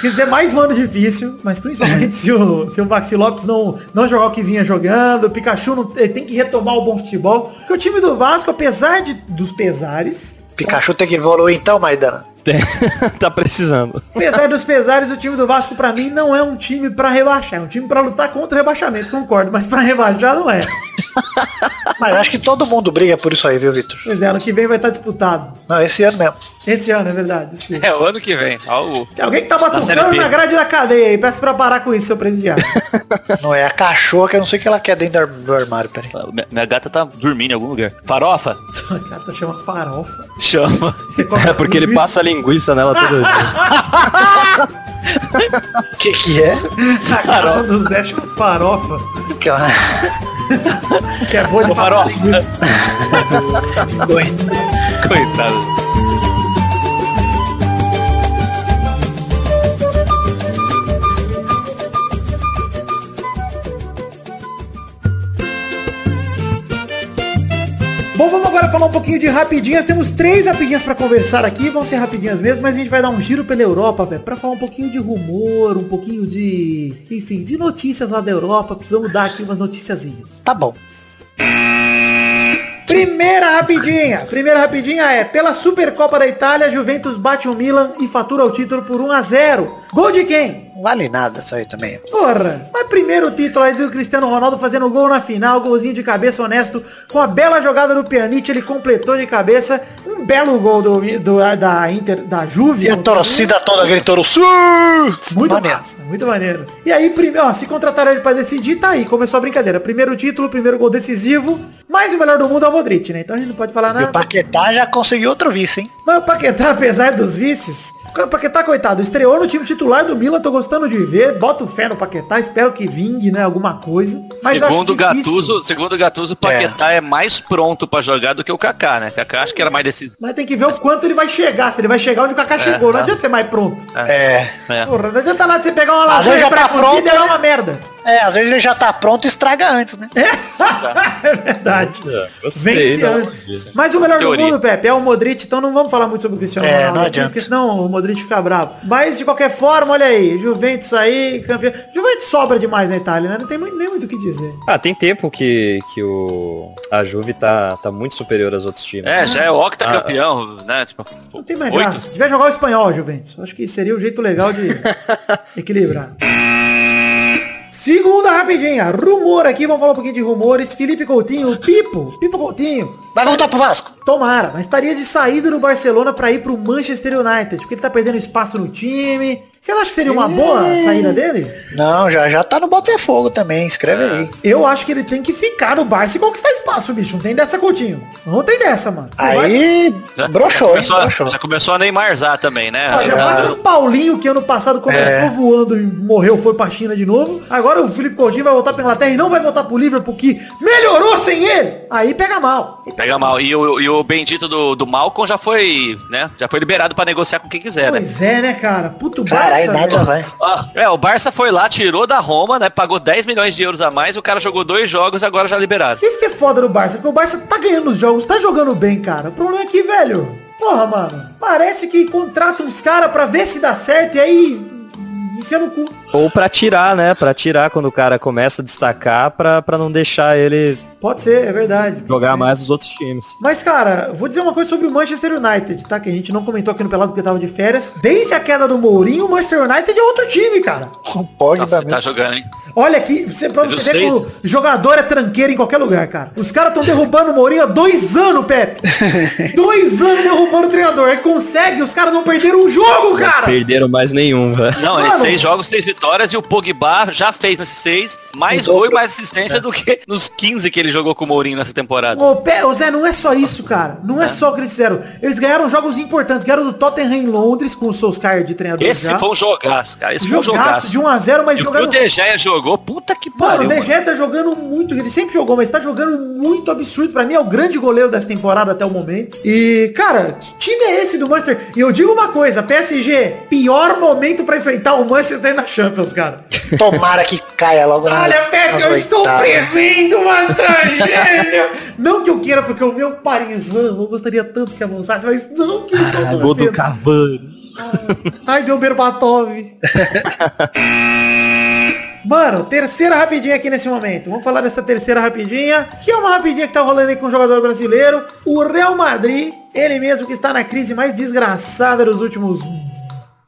Quer dizer, mais um ano difícil, mas principalmente se o, se o Maxi Lopes não, não jogar o que vinha jogando, o Pikachu não- ele tem que retomar o bom futebol. Porque o time do Vasco, apesar de, dos pesares,
Pikachu tem que evoluir então, Maidana.
tá precisando.
apesar dos pesares, o time do Vasco, pra mim, não é um time pra rebaixar. É um time pra lutar contra o rebaixamento, concordo, mas pra rebaixar não é.
Mas acho que todo mundo briga por isso aí, viu, Vitor?
Pois é, ano que vem vai estar disputado.
Não, esse ano mesmo.
Esse ano, é verdade, desculpa.
É o ano que vem. Ó, o-
Tem alguém que tá batucando
CLT.
na grade da cadeia aí. Peço pra parar com isso, seu presidiário.
Não é a cachorra que eu não sei o que ela quer dentro do ar- do armário, peraí.
minha- Minha gata tá dormindo em algum lugar. Farofa?
Sua gata chama farofa.
Chama.
Você come
É porque ele
linguiça.
passa linguiça nela todo dia.
Que que é?
A gata do Zé chama farofa.
Que ela-
Que é boa de passar
farofa.
linguiça.
Coitado.
Bom, vamos agora falar um pouquinho de rapidinhas. Temos três rapidinhas pra conversar aqui. Vão ser rapidinhas mesmo, mas a gente vai dar um giro pela Europa, velho. Pra falar um pouquinho de rumor, um pouquinho de... Enfim, de notícias lá da Europa. Precisamos dar aqui umas noticiazinhas.
Tá bom.
Primeira rapidinha. Primeira rapidinha é, pela Supercopa da Itália, Juventus bate o Milan e fatura o título por 1 a 0. Gol de quem?
Não vale nada isso aí também.
Porra! Mas primeiro título aí do Cristiano Ronaldo fazendo gol na final, golzinho de cabeça honesto, com a bela jogada do Pjanic, ele completou de cabeça, um belo gol do, do- da Inter, da Juve.
E a torcida toda gritou o sul!
Muito
Maneiro.
massa, muito maneiro. E aí, primeiro, ó, se contrataram ele pra decidir, tá aí, começou a brincadeira. Primeiro título, primeiro gol decisivo, mas o melhor do mundo é o Modric, né? Então a gente não pode falar
E
nada.
o Paquetá já conseguiu outro vice, hein?
Mas o Paquetá, apesar dos vices, o Paquetá, coitado, estreou no time titular do Milan, tô gostando de ver, boto fé no Paquetá, espero que vingue, né, alguma coisa. Mas eu
segundo o
acho difícil.
Gattuso, segundo o Gattuso, o Paquetá é. mais pronto pra jogar do que o Kaká, né? Kaká acho que era mais decidido.
Mas tem que ver o quanto ele vai chegar, se ele vai chegar onde o Kaká chegou, não adianta ser mais pronto.
É.
É.
Porra, não adianta nada você pegar uma
Mas ele
lasanha
já tá
pré-cozida
pronto,
e é uma merda.
É, às vezes ele já tá pronto e estraga antes, né?
É verdade.
Ah, Gostei, né?
Vence
não.
antes. Mas o melhor do
Teoria.
mundo, Pepe, é o Modric, então não vamos falar muito sobre o Cristiano
É,
Ronaldo
não
aqui,
adianta.
porque senão o Modric fica bravo. Mas de qualquer forma, olha aí, Juventus aí, campeão. Juventus sobra demais na Itália, né? Não tem muito, nem muito o que dizer.
Ah, tem tempo que, que o, a Juve tá, tá muito superior aos outros times.
É, já é octacampeão, né? Tipo,
Não tem mais
oito.
graça. Devia jogar o espanhol, Juventus. Acho que seria o jeito legal de equilibrar. Segunda rapidinha, rumor aqui, vamos falar um pouquinho de rumores. Felipe Coutinho, o Pipo, Pipo Coutinho,
Vai voltar pro Vasco.
Tomara, mas estaria de saída do Barcelona pra ir pro Manchester United, porque ele tá perdendo espaço no time. Vocês acham que seria uma boa a saída dele?
Não, já já tá no Botafogo também, escreve aí.
É.
Eu acho que ele tem que ficar no Barça e conquistar espaço, bicho. Não tem dessa, Coutinho. Não tem dessa, mano. Não vai-
Aí,
já,
broxou,
já
hein?
começou,
Broxou.
já começou a Neymarzar também, né?
Ah, já basta o Paulinho, que ano passado começou voando e morreu, foi pra China de novo. Agora o Felipe Coutinho vai voltar pra Inglaterra e não vai voltar pro Liverpool, que melhorou sem ele. Aí pega mal.
Pega mal. E o, e o bendito do, do Malcom já foi, né? Já foi liberado pra negociar com quem quiser, né?
Pois é, né, cara? Puto
Caralho,
Barça. né?
nada
velho.
vai.
Ah, é, o Barça foi lá, tirou da Roma, né? Pagou 10 milhões de euros a mais, o cara jogou dois jogos e agora já liberaram.
Isso que é foda no Barça, porque o Barça tá ganhando os jogos, tá jogando bem, cara. O problema é que, velho, porra, mano, parece que contrata uns caras pra ver se dá certo e aí enfia no cu.
Ou pra tirar, né? Pra tirar quando o cara começa a destacar, pra, pra não deixar ele
Pode ser, é verdade. Pode
jogar
ser.
mais os outros times.
Mas, cara, vou dizer uma coisa sobre o Manchester United, tá? Que a gente não comentou aqui no Pelado porque tava de férias. Desde a queda do Mourinho, o Manchester United é outro time, cara.
O Pogba
Nossa,
mesmo.
tá jogando, hein?
Olha aqui, você, pra você ver
Vocês?
como jogador é tranqueiro em qualquer lugar, cara. Os caras estão derrubando o Mourinho há dois anos, Pepe. dois anos derrubando o treinador. Aí consegue, os caras não perderam um jogo, cara.
Perderam mais nenhum, velho.
Não,
Mano.
ele seis jogos, seis vitórias e o Pogba já fez nesses seis mais gol e mais
É.
assistência do que nos 15 que ele jogou com o Mourinho nessa temporada.
Ô, Pe- ô, Zé, não é só isso, cara. Não
Tá.
é só o que eles fizeram. Eles ganharam jogos importantes. Ganharam do Tottenham em Londres com o Solskjaer de treinador
Esse
já.
foi um jogaço, cara. Esse
jogaço,
foi um jogaço.
de 1x0, mas
E o que o
jogaram...
De Gea jogou, puta que
Mano,
pariu.
o De
Mano,
Gea tá jogando muito, ele sempre jogou, mas tá jogando muito absurdo. Pra mim é o grande goleiro dessa temporada até o momento. E, cara, que time é esse do Manchester? E eu digo uma coisa, PSG, pior momento pra enfrentar o Manchester na Champions, cara.
Tomara que caia logo na.
Olha, Pepe,
nas
eu estou
oitavas.
prevendo uma tragédia. não que eu queira, porque o meu parisano, eu gostaria tanto que avançasse, mas não que eu estou torcendo. Ah,
Cavani.
Ai, meu Berbatov. Mano, terceira rapidinha aqui nesse momento. Vamos falar dessa terceira rapidinha, que é uma rapidinha que tá rolando aí com o jogador brasileiro. O Real Madrid, ele mesmo que está na crise mais desgraçada dos últimos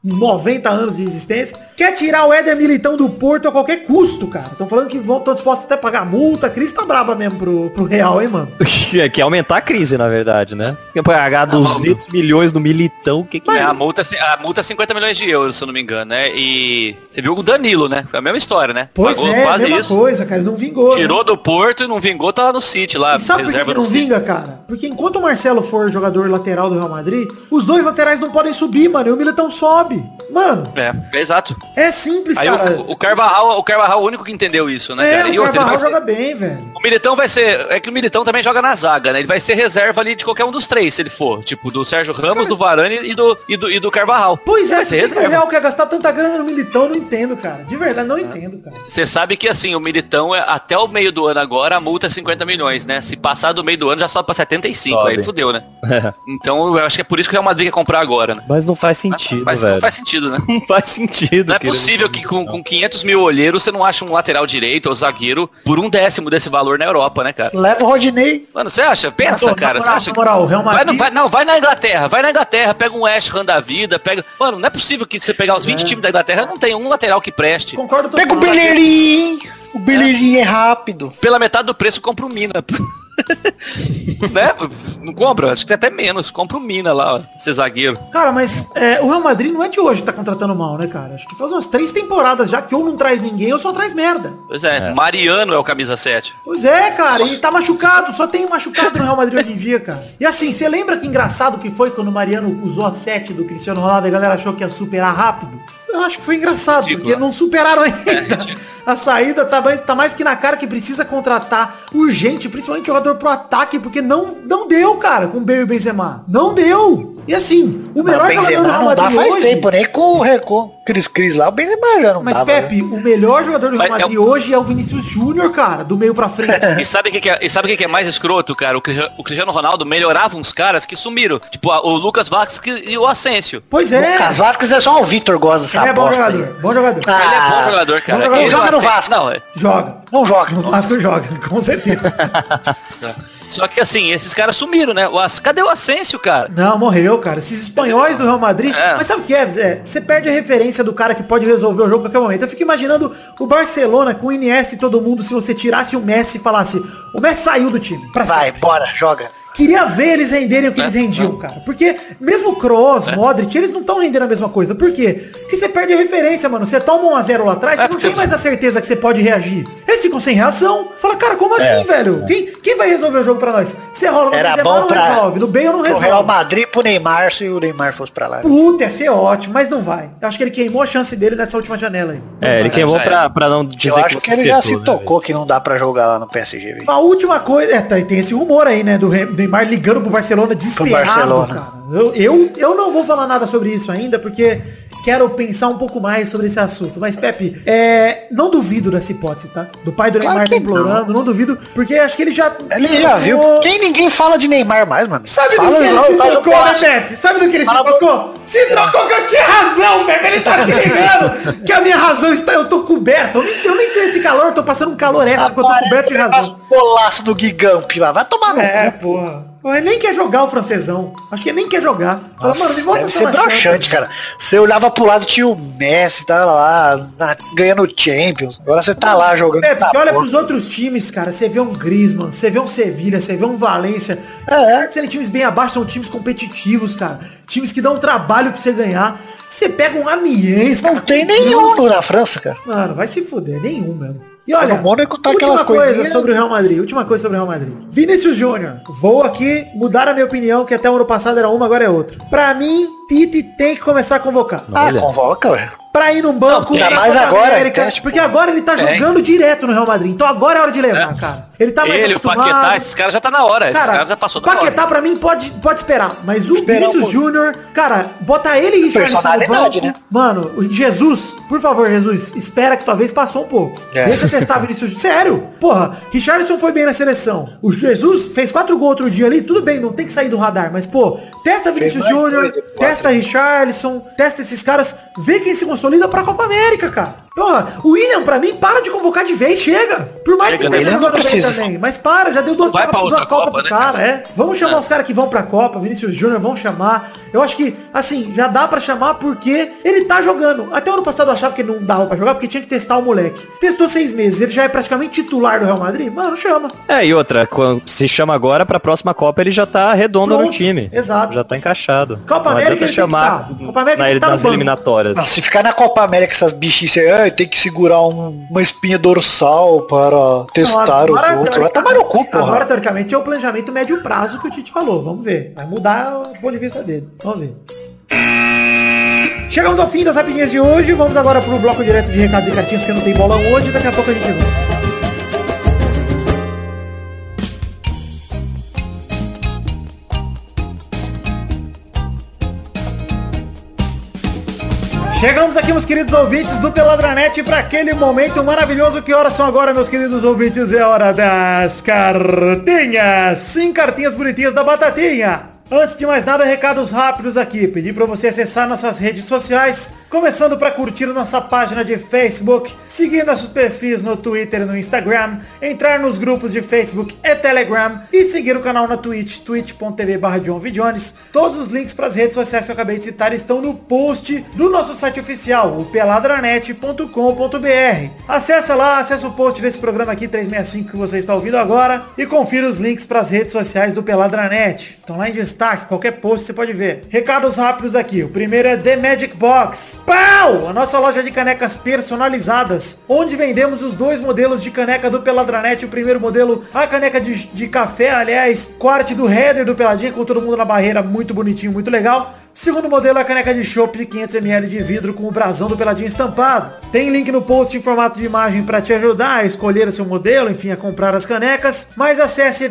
90 anos de existência, quer tirar o Éder Militão do Porto a qualquer custo, cara. Estão falando que estão dispostos até a pagar multa. A crise tá braba mesmo pro, pro Real, hein, mano?
que, que é aumentar a crise, na verdade, né? Porque Pagar 200 milhões no militão, o que que
É,
é?
a multa, a multa é 50 milhões de euros, se eu não me engano, né? E você viu o Danilo, né? Foi a mesma história, né?
Pois
Pagou
é, a mesma coisa, cara. Não vingou. né?
Tirou do Porto e não vingou, tá lá no City, lá,
E sabe por que
reserva
que
do
não
City.
vinga, cara? Porque enquanto o Marcelo for jogador lateral do Real Madrid, os dois laterais não podem subir, mano. E o Militão sobe. Mano,
É, é exato.
é simples,
Aí
cara.
o, o Carvajal, o Carvajal é o único que entendeu isso, né,
é,
cara? E
o
outra, ele
Carvajal
vai ser-
joga bem, velho.
O Militão vai ser. É que o Militão também joga na zaga, né? Ele vai ser reserva ali de qualquer um dos três, se ele for. Tipo, do Sérgio Ramos, do Varane e do, e do, e do Carvajal.
Pois é,
vai
por
ser
que que o
reserva.
Real quer gastar tanta grana no Militão? né? Eu Não entendo, cara. De verdade, não entendo, cara.
Você sabe que assim, o Militão, é- até o meio do ano agora, a multa é 50 milhões, né? Se passar do meio do ano, já sobe pra 75,
Sobe.
aí fudeu, né? então eu acho que é por isso que o Real Madrid quer comprar agora, né?
Mas não faz sentido,
Mas
velho.
não faz sentido, né?
Não faz sentido.
Não é
querido.
possível que com, com 500 mil olheiros você não ache um lateral direito ou zagueiro por um décimo desse valor na Europa, né, cara?
Leva o Rodinei.
Mano, você acha? Pensa,
Na
cara. Você
moral,
acha
na
que-
moral, o Real
Vai, não,
Madrid...
vai, não, vai na Inglaterra, vai na Inglaterra, pega um West Ham da vida, pega. Mano, não é possível que você pegar os 20 times da Inglaterra, não tem um lateral que preste.
Concordo
Pega o
mundo.
Bellerin. O Bellerin é rápido.
Pela metade do preço, compra o Mina. né? Não compra? Acho que tem até menos. Compra o Mina lá, ó. Esse zagueiro.
Cara, mas é, o Real Madrid não é de hoje que tá contratando mal, né, cara? Acho que faz umas três temporadas já que ou não traz ninguém ou só traz merda.
Pois é, Mariano é o camisa 7.
Pois é, cara, e tá machucado, só tem machucado no Real Madrid hoje em dia, cara. E assim, você lembra que engraçado que foi quando o Mariano usou a 7 do Cristiano Ronaldo e a galera achou que ia superar rápido? Eu acho que foi engraçado,
Ridículo,
porque
né?
não superaram ainda. a saída tá, mais- tá mais que na cara que precisa contratar urgente, principalmente jogador pro ataque, porque não, não deu, cara, com o Bale e o Benzema. Não deu. E assim, o
Mas
melhor jogador do
Benzema
Real
não dá
Madrid
faz
hoje...
tempo, nem com o Recon. Cris Cris lá, o Benzema já não
Mas,
dava. né?
Pepe, o melhor jogador do Real
Mas é o-
Madrid hoje é o Vinícius Júnior, cara, do meio pra frente.
E sabe o que, que é, e sabe o que, que é mais escroto, cara? O Cristiano, o Cristiano Ronaldo melhorava uns caras que sumiram. Tipo, a- o Lucas Vasquez e o Asensio.
Pois é.
Lucas Vasquez é só o Vitor gosta dessa
Ele é bom
bosta aí.
jogador, bom jogador.
Ah,
Ele é bom jogador, cara.
bom jogador.
Ele
Joga no
Asensio-
Vasco.
Não, é.
Joga.
Não joga.
No Vasco joga, com certeza.
Só que assim, esses caras sumiram, né? O As... Cadê o Asensio, cara?
Não, morreu, cara. Esses espanhóis do Real Madrid.
É.
Mas sabe o que é, Zé? Você perde a referência do cara que pode resolver o jogo a qualquer momento. Eu fico imaginando o Barcelona com o Iniesta e todo mundo, se você tirasse o Messi e falasse, o Messi saiu do time. Pra
Vai,
sempre.
bora, joga.
Queria ver eles renderem o que
É,
eles rendiam, cara. Porque mesmo
Né?
Kroos, Modric, eles não estão rendendo a mesma coisa. Por quê? Porque você perde a referência, mano. Você toma um a zero lá atrás,
É,
você não
porque-
tem mais a certeza que você pode reagir. Eles ficam sem reação. Fala, cara, como assim, velho? Quem, quem vai resolver o jogo pra nós? Você rola no
É. Era
Benzema,
bom
não
pra-
resolve. No bem ou não
O Real
resolve.
Madrid pro Neymar, se o Neymar fosse pra lá.
Puta, ia ser ótimo, mas não vai. Eu acho que ele queimou a chance dele nessa última janela aí.
É, ele queimou
já
pra, pra não dizer
Eu acho que ele já se
acertou, né,
tocou que não dá pra jogar lá no PSG, velho.
A última coisa, é, tá, tem esse rumor aí, né, do Re- Neymar ligando pro Barcelona desesperado,
Pro Barcelona.
cara. Eu, eu, eu não vou falar nada sobre isso ainda, porque quero pensar um pouco mais sobre esse assunto. Mas, Pepe, é, não duvido dessa hipótese, tá? Do pai do
Claro
Neymar
que
tá implorando, não. duvido, porque acho que ele já...
Ele já viu. Quem ninguém fala de Neymar mais, mano.
Sabe do
fala
que ele
lá,
se
faz o
trocou, né,
Palácio.
Pepe? Sabe do que ele se
Fala do-
trocou? Se trocou que eu tinha razão, Pepe. Ele tá se ligando que a minha razão está... Eu tô coberto. Eu nem, eu nem tenho esse calor, eu tô passando um calor extra porque eu tô
Aparece
coberto de
o
razão.
Bolaço do Gigamp lá. Vai tomar no
É,
cu.
porra. Ele nem quer jogar o francesão. Acho que ele nem quer jogar. Fala, mano, me volta
Deve
essa
ser
na
broxante, cara. Você olhava pro lado, tinha o Messi, tava lá, na- ganhando Champions. Agora você tá lá jogando.
É,
tá
você olha
bom.
pros outros times, cara. Você vê um Griezmann, você vê um Sevilha, você vê um Valência.
É.
Sendo times bem abaixo, são times competitivos, cara. Times que dão trabalho pra você ganhar. Você pega um Amiens,
Não tem nenhum no- na França, cara.
Mano, vai se fuder, nenhum mesmo. E
Tá
olha,
no Mônaco, tá
última
aquelas
coisa
coisinhas.
sobre o Real Madrid, última coisa sobre o Real Madrid. Vinícius Júnior, vou aqui mudar a minha opinião, que até o ano passado era uma, agora é outra. Pra mim, Tite tem que começar a convocar.
Ah,
Olha.
convoca, velho.
Pra ir num banco,
Não, ainda
na
mais
Copa
agora,
América,
teste,
porque agora ele tá
Tem.
jogando direto no Real Madrid, então agora é hora de levar, cara. Ele tá mais
Ele, o
acostumado.
Paquetá, esses caras já tá na hora. esses caras já passou da hora.
Paquetá pra mim pode, pode esperar, mas o Vinícius Júnior, cara, bota ele e Richardson no
um Personalidade,
banco.
né?
Mano, o Jesus, por favor, Jesus, espera que talvez passou um pouco.
É.
Deixa eu testar Vinícius Júnior. Sério? Porra, Richardson foi bem na seleção. O Jesus fez quatro gols outro dia ali, tudo bem, não tem que sair do radar, mas pô, testa Vinícius
mais
Júnior,
dois de quatro.
testa Richardson, testa esses caras, vê quem se consolida pra Copa América, cara. Porra, o William, pra mim, para de convocar de vez, chega. Por mais
Chega,
que ele
né?
tenha
Não
jogado bem
precisa.
também, mas para, já deu duas
Vai
Copa-
pra outra
duas Copas
Copa,
pro
né,
cara, é. Vamos chamar
É.
os caras que vão pra Copa, Vinícius Júnior, vão chamar. Eu acho que, assim, já dá pra chamar porque ele tá jogando. Até ano passado eu achava que ele não dava pra jogar porque tinha que testar o moleque. Testou seis meses, ele já é praticamente titular do Real Madrid? Mano, chama.
É, e outra, quando se chama agora pra próxima Copa, ele já tá redondo no
Pronto,
time.
exato.
Já tá encaixado.
Copa
Não
América ele
adianta
tem
chamar
que tá. Copa América
na-
ele tá no
nas
banco.
eliminatórias.
Não, se ficar na Copa América essas bichinhas aí, "Ai, tem que segurar um- uma espinha dorsal para testar os outros. Vai tomar no cu,
teoricamente- tá Agora,
porra.
teoricamente, é o planejamento médio prazo que o Tite falou. Vamos ver. Vai mudar o ponto de vista dele. Vamos ver. Chegamos ao fim das rapidinhas de hoje. Vamos agora pro bloco direto de recados e cartinhas, porque não tem bola hoje. Daqui a pouco a gente volta. Chegamos aqui, meus queridos ouvintes do Peladranet, para aquele momento maravilhoso. Que horas são agora, meus queridos ouvintes? É hora das cartinhas. Sim, cartinhas bonitinhas da Batatinha. Antes de mais nada, recados rápidos aqui. Pedir para você acessar nossas redes sociais, começando para curtir nossa página de Facebook, seguir nossos perfis no Twitter e no Instagram, entrar nos grupos de Facebook e Telegram e seguir o canal na Twitch, twitch.tv barra John V. Jones. Todos os links para as redes sociais que eu acabei de citar estão no post do nosso site oficial, o peladranet.com.br. Acessa lá, acessa o post desse programa aqui, 365, que você está ouvindo agora, e confira os links para as redes sociais do Peladranet. Estão lá em destaque, qualquer post você pode ver. Recados rápidos aqui. O primeiro é The Magic Box. Pau! A nossa loja de canecas personalizadas, onde vendemos os dois modelos de caneca do Peladranet. O primeiro modelo, a caneca de, de café, aliás, com a arte do header do Peladinha, com todo mundo na barreira, muito bonitinho, muito legal. Segundo modelo é a caneca de chopp de 500ml de vidro com o brasão do Peladinho estampado. Tem link no post em formato de imagem para te ajudar a escolher o seu modelo, enfim, a comprar as canecas. Mas acesse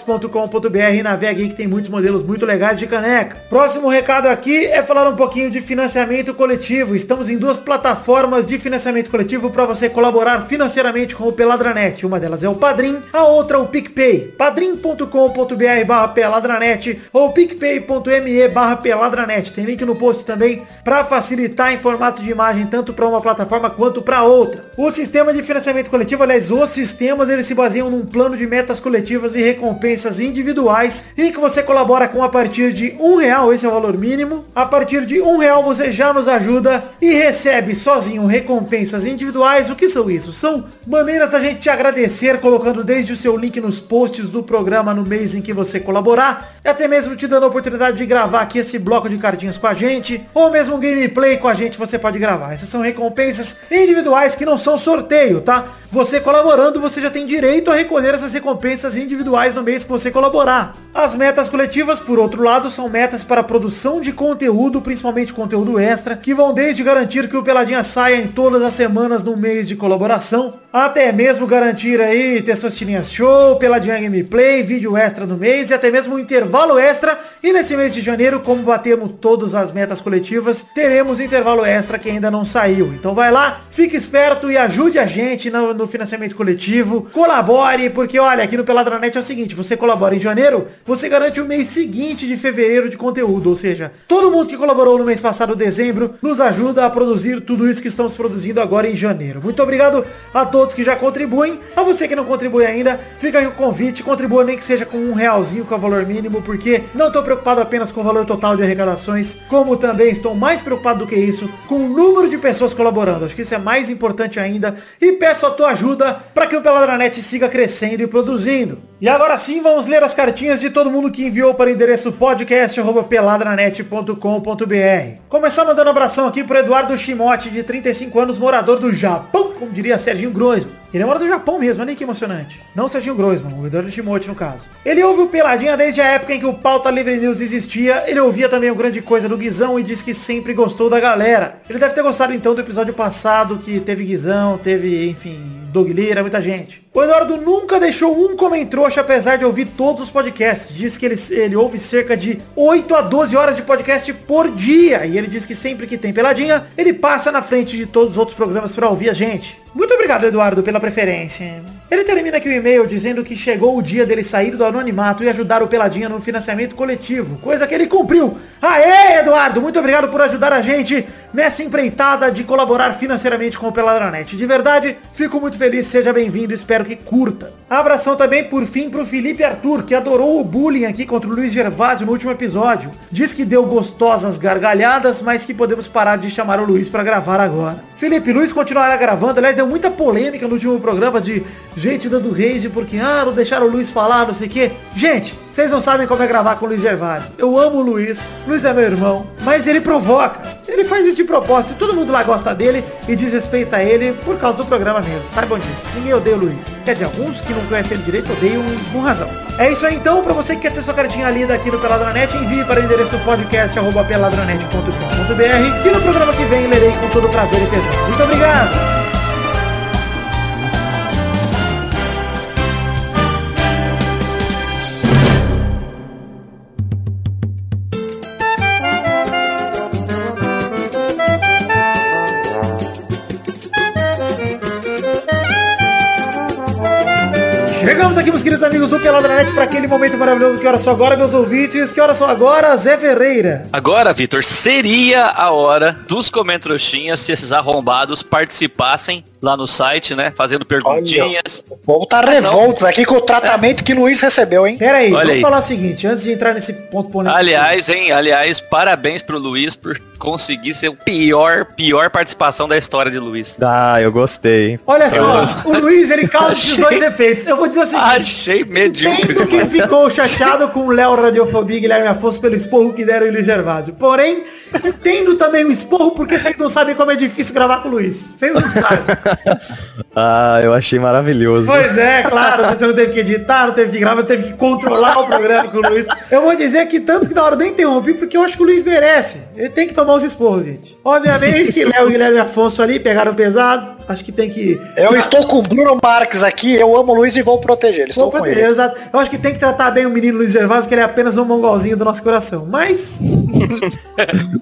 themagicbox.com.br e navegue aí que tem muitos modelos muito legais de caneca. Próximo recado aqui é falar um pouquinho de financiamento coletivo. Estamos em duas plataformas de financiamento coletivo para você colaborar financeiramente com o Peladranet. Uma delas é o Padrim, a outra é o PicPay. padrim.com.br barra peladranet ou picpay.me barra peladranet. Tem link no post também para facilitar em formato de imagem tanto para uma plataforma quanto para outra. O sistema de financiamento coletivo, aliás, os sistemas, eles se baseiam num plano de metas coletivas e recompensas individuais em que você colabora com a partir de um real, esse é o valor mínimo. A partir de um real você já nos ajuda e recebe sozinho recompensas individuais. O que são isso? São maneiras da gente te agradecer colocando desde o seu link nos posts do programa no mês em que você colaborar, e É até mesmo te dando a oportunidade de gravar aqui esse bloco de cartinhas com a gente, ou mesmo um gameplay com a gente você pode gravar. Essas são recompensas individuais que não são sorteio, tá? Você colaborando, você já tem direito a recolher essas recompensas individuais no mês que você colaborar. As metas coletivas, por outro lado, são metas para a produção de conteúdo, principalmente conteúdo extra, que vão desde garantir que o Peladinha saia em todas as semanas no mês de colaboração, até mesmo garantir aí Testostirinhas Show, Peladinha Gameplay, vídeo extra no mês e até mesmo um intervalo extra. E nesse mês de janeiro, como batemos todas as metas coletivas, teremos intervalo extra que ainda não saiu. Então vai lá, fique esperto e ajude a gente no, no financiamento coletivo. Colabore, porque olha, aqui no Peladranet é o seguinte, você colabora em janeiro, você garante o mês seguinte de fevereiro de conteúdo, ou seja, todo mundo que colaborou no mês passado, dezembro, nos ajuda a produzir tudo isso que estamos produzindo agora em janeiro. Muito obrigado a todos todos que já contribuem. A você que não contribui ainda, fica aí o convite, contribua nem que seja com um realzinho, que é o valor mínimo, porque não estou preocupado apenas com o valor total de arrecadações, como também estou mais preocupado do que isso com o número de pessoas colaborando. Acho que isso é mais importante ainda. E peço a tua ajuda para que o Peladranet siga crescendo e produzindo. E agora sim, vamos ler as cartinhas de todo mundo que enviou para o endereço podcast.peladranet.com.br. Começar mandando abração aqui pro Eduardo Shimote, de 35 anos, morador do Japão, como diria Serginho Groisman. Ele mora do Japão mesmo, olha que emocionante. Não Serginho Groisman, o Eduardo Shimote no caso. Ele ouve o Peladinha desde a época em que o Pauta Livre News existia, ele ouvia também o Grande Coisa do Guizão e diz que sempre gostou da galera. Ele deve ter gostado então do episódio passado que teve Guizão, teve, enfim, Doug Lira, muita gente. O Eduardo nunca deixou um comentrouxa, apesar de ouvir todos os podcasts. Diz que ele, ele ouve cerca de 8 a 12 horas de podcast por dia. E ele diz que sempre que tem peladinha, ele passa na frente de todos os outros programas pra ouvir a gente. Muito obrigado, Eduardo, pela preferência. Ele termina aqui o e-mail dizendo que chegou o dia dele sair do anonimato e ajudar o Peladinha no financiamento coletivo, coisa que ele cumpriu. Aê, Eduardo, muito obrigado por ajudar a gente nessa empreitada de colaborar financeiramente com o Peladranet. De verdade, fico muito feliz, seja bem-vindo, espero que curta. Abração também, por fim, pro Felipe Arthur, que adorou o bullying aqui contra o Luiz Gervásio no último episódio. Diz que deu gostosas gargalhadas, mas que podemos parar de chamar o Luiz pra gravar agora. Felipe Luiz continuará gravando, aliás, deu muita polêmica no último programa de gente dando rage porque, ah, não deixaram o Luiz falar, não sei o quê. Gente, vocês não sabem como é gravar com o Luiz Gervásio. Eu amo o Luiz, Luiz é meu irmão, mas ele provoca. Ele faz isso de propósito, todo mundo lá gosta dele e desrespeita ele por causa do programa mesmo. Saibam disso. Ninguém odeia o Luiz. Quer dizer, alguns que não conhecem ele direito odeiam e com razão. É isso aí então, pra você que quer ter sua cartinha lida aqui no Peladranet, envie para o endereço podcast.peladranet.com.br que no programa que vem lerei com todo prazer e tesão. Muito obrigado! Chegamos aqui, meus queridos amigos do Peladranet, para aquele momento maravilhoso que hora só agora, meus ouvintes. Que hora só agora, Zé Ferreira.
Agora, Vitor, seria a hora dos comentrouxinhas se esses arrombados participassem lá no site, né? Fazendo perguntinhas.
O povo tá revolto aqui com o tratamento que Luiz recebeu, hein?
Pera aí,
Olha
vamos
aí.
falar o seguinte, antes de entrar nesse ponto polêmico.
Aliás, hein? Aliás, parabéns pro Luiz por conseguir ser o pior, pior participação da história de Luiz.
Ah, eu gostei, hein?
Olha só, o Luiz, ele causa esses dois defeitos. Eu vou dizer o seguinte.
Achei medíocre.
Entendo quem
demais.
ficou chateado com o Léo Radiofobia e Guilherme Afonso pelo esporro que deram em Luiz Gervásio. Porém, entendo também o esporro porque vocês não sabem como é difícil gravar com o Luiz. Vocês não sabem.
Ah, eu achei maravilhoso.
Pois é, claro, você não teve que editar, não teve que gravar, não teve que controlar o programa com o Luiz. Eu vou dizer que tanto que na hora eu nem interrompi, porque eu acho que o Luiz merece. Ele tem que tomar os esporros, gente. Obviamente que Léo, Guilherme e Afonso ali pegaram pesado. Acho que tem que
Eu estou com o Bruno Marques aqui, eu amo o Luiz e vou proteger. Ele estou
Opa,
com ele.
exato. Eu acho que tem que tratar bem o menino Luiz Gervásio, que ele é apenas um mongolzinho do nosso coração. Mas,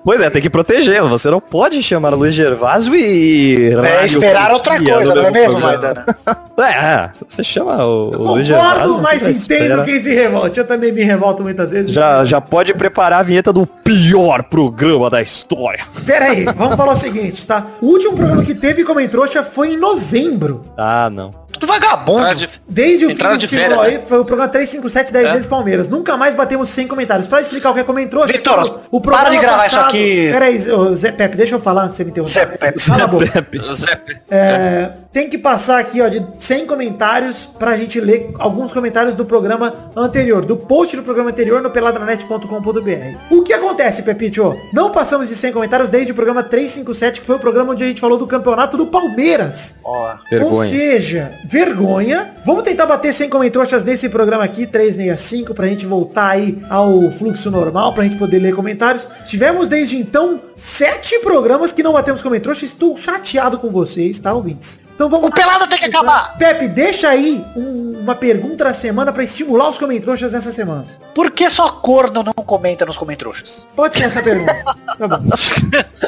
Pois é, tem que protegê-lo. Você não pode chamar o Luiz Gervásio e...
É, esperar outra
Radiofobia
coisa,
no
não é mesmo,
programa.
Maidana?
É, você chama o, o Luiz Gervásio...
concordo, mas
você espera.
entendo quem se revolte. Eu também me revolto muitas vezes.
Já, já pode preparar a vinheta do pior programa da história.
Pera aí, vamos falar o seguinte, tá? O último programa que teve como trouxa foi em novembro.
Ah, não.
Tudo vagabundo.
Ah, de-
Desde o
Entraram
fim do
de
futebol
férias,
né?
aí, foi o programa 357,
É.
10 vezes Palmeiras. Nunca mais batemos 100 comentários. Pra explicar o que é comentrou,
Vitor,
o
para
programa
de gravar isso aqui.
Pera aí, ô, Zé Pepe, deixa eu falar, você me interrompe.
Zé Pepe,
Cala a boca.
Zé,
É, tem que passar aqui, ó, de 100 comentários pra gente ler alguns comentários do programa anterior, do post do programa anterior no peladranet.com.br. O que acontece, Pepito? Não passamos de 100 comentários desde o programa 357, que foi o programa onde a gente falou do campeonato do Palmeiras. Ou
Vergonha.
seja, vergonha. Vamos tentar bater 100 comentroxas nesse programa aqui, 365, pra gente voltar aí ao fluxo normal, pra gente poder ler comentários. Tivemos desde então sete programas que não batemos comentroxa. Estou chateado com vocês, tá, ouvintes? Então vamos...
O pelado tem que acabar.
Pepe, deixa aí um- uma pergunta da semana pra estimular os comentroxas nessa semana.
Por que só corno não comenta nos comentrouxas?
Pode ser essa pergunta. Tá bom.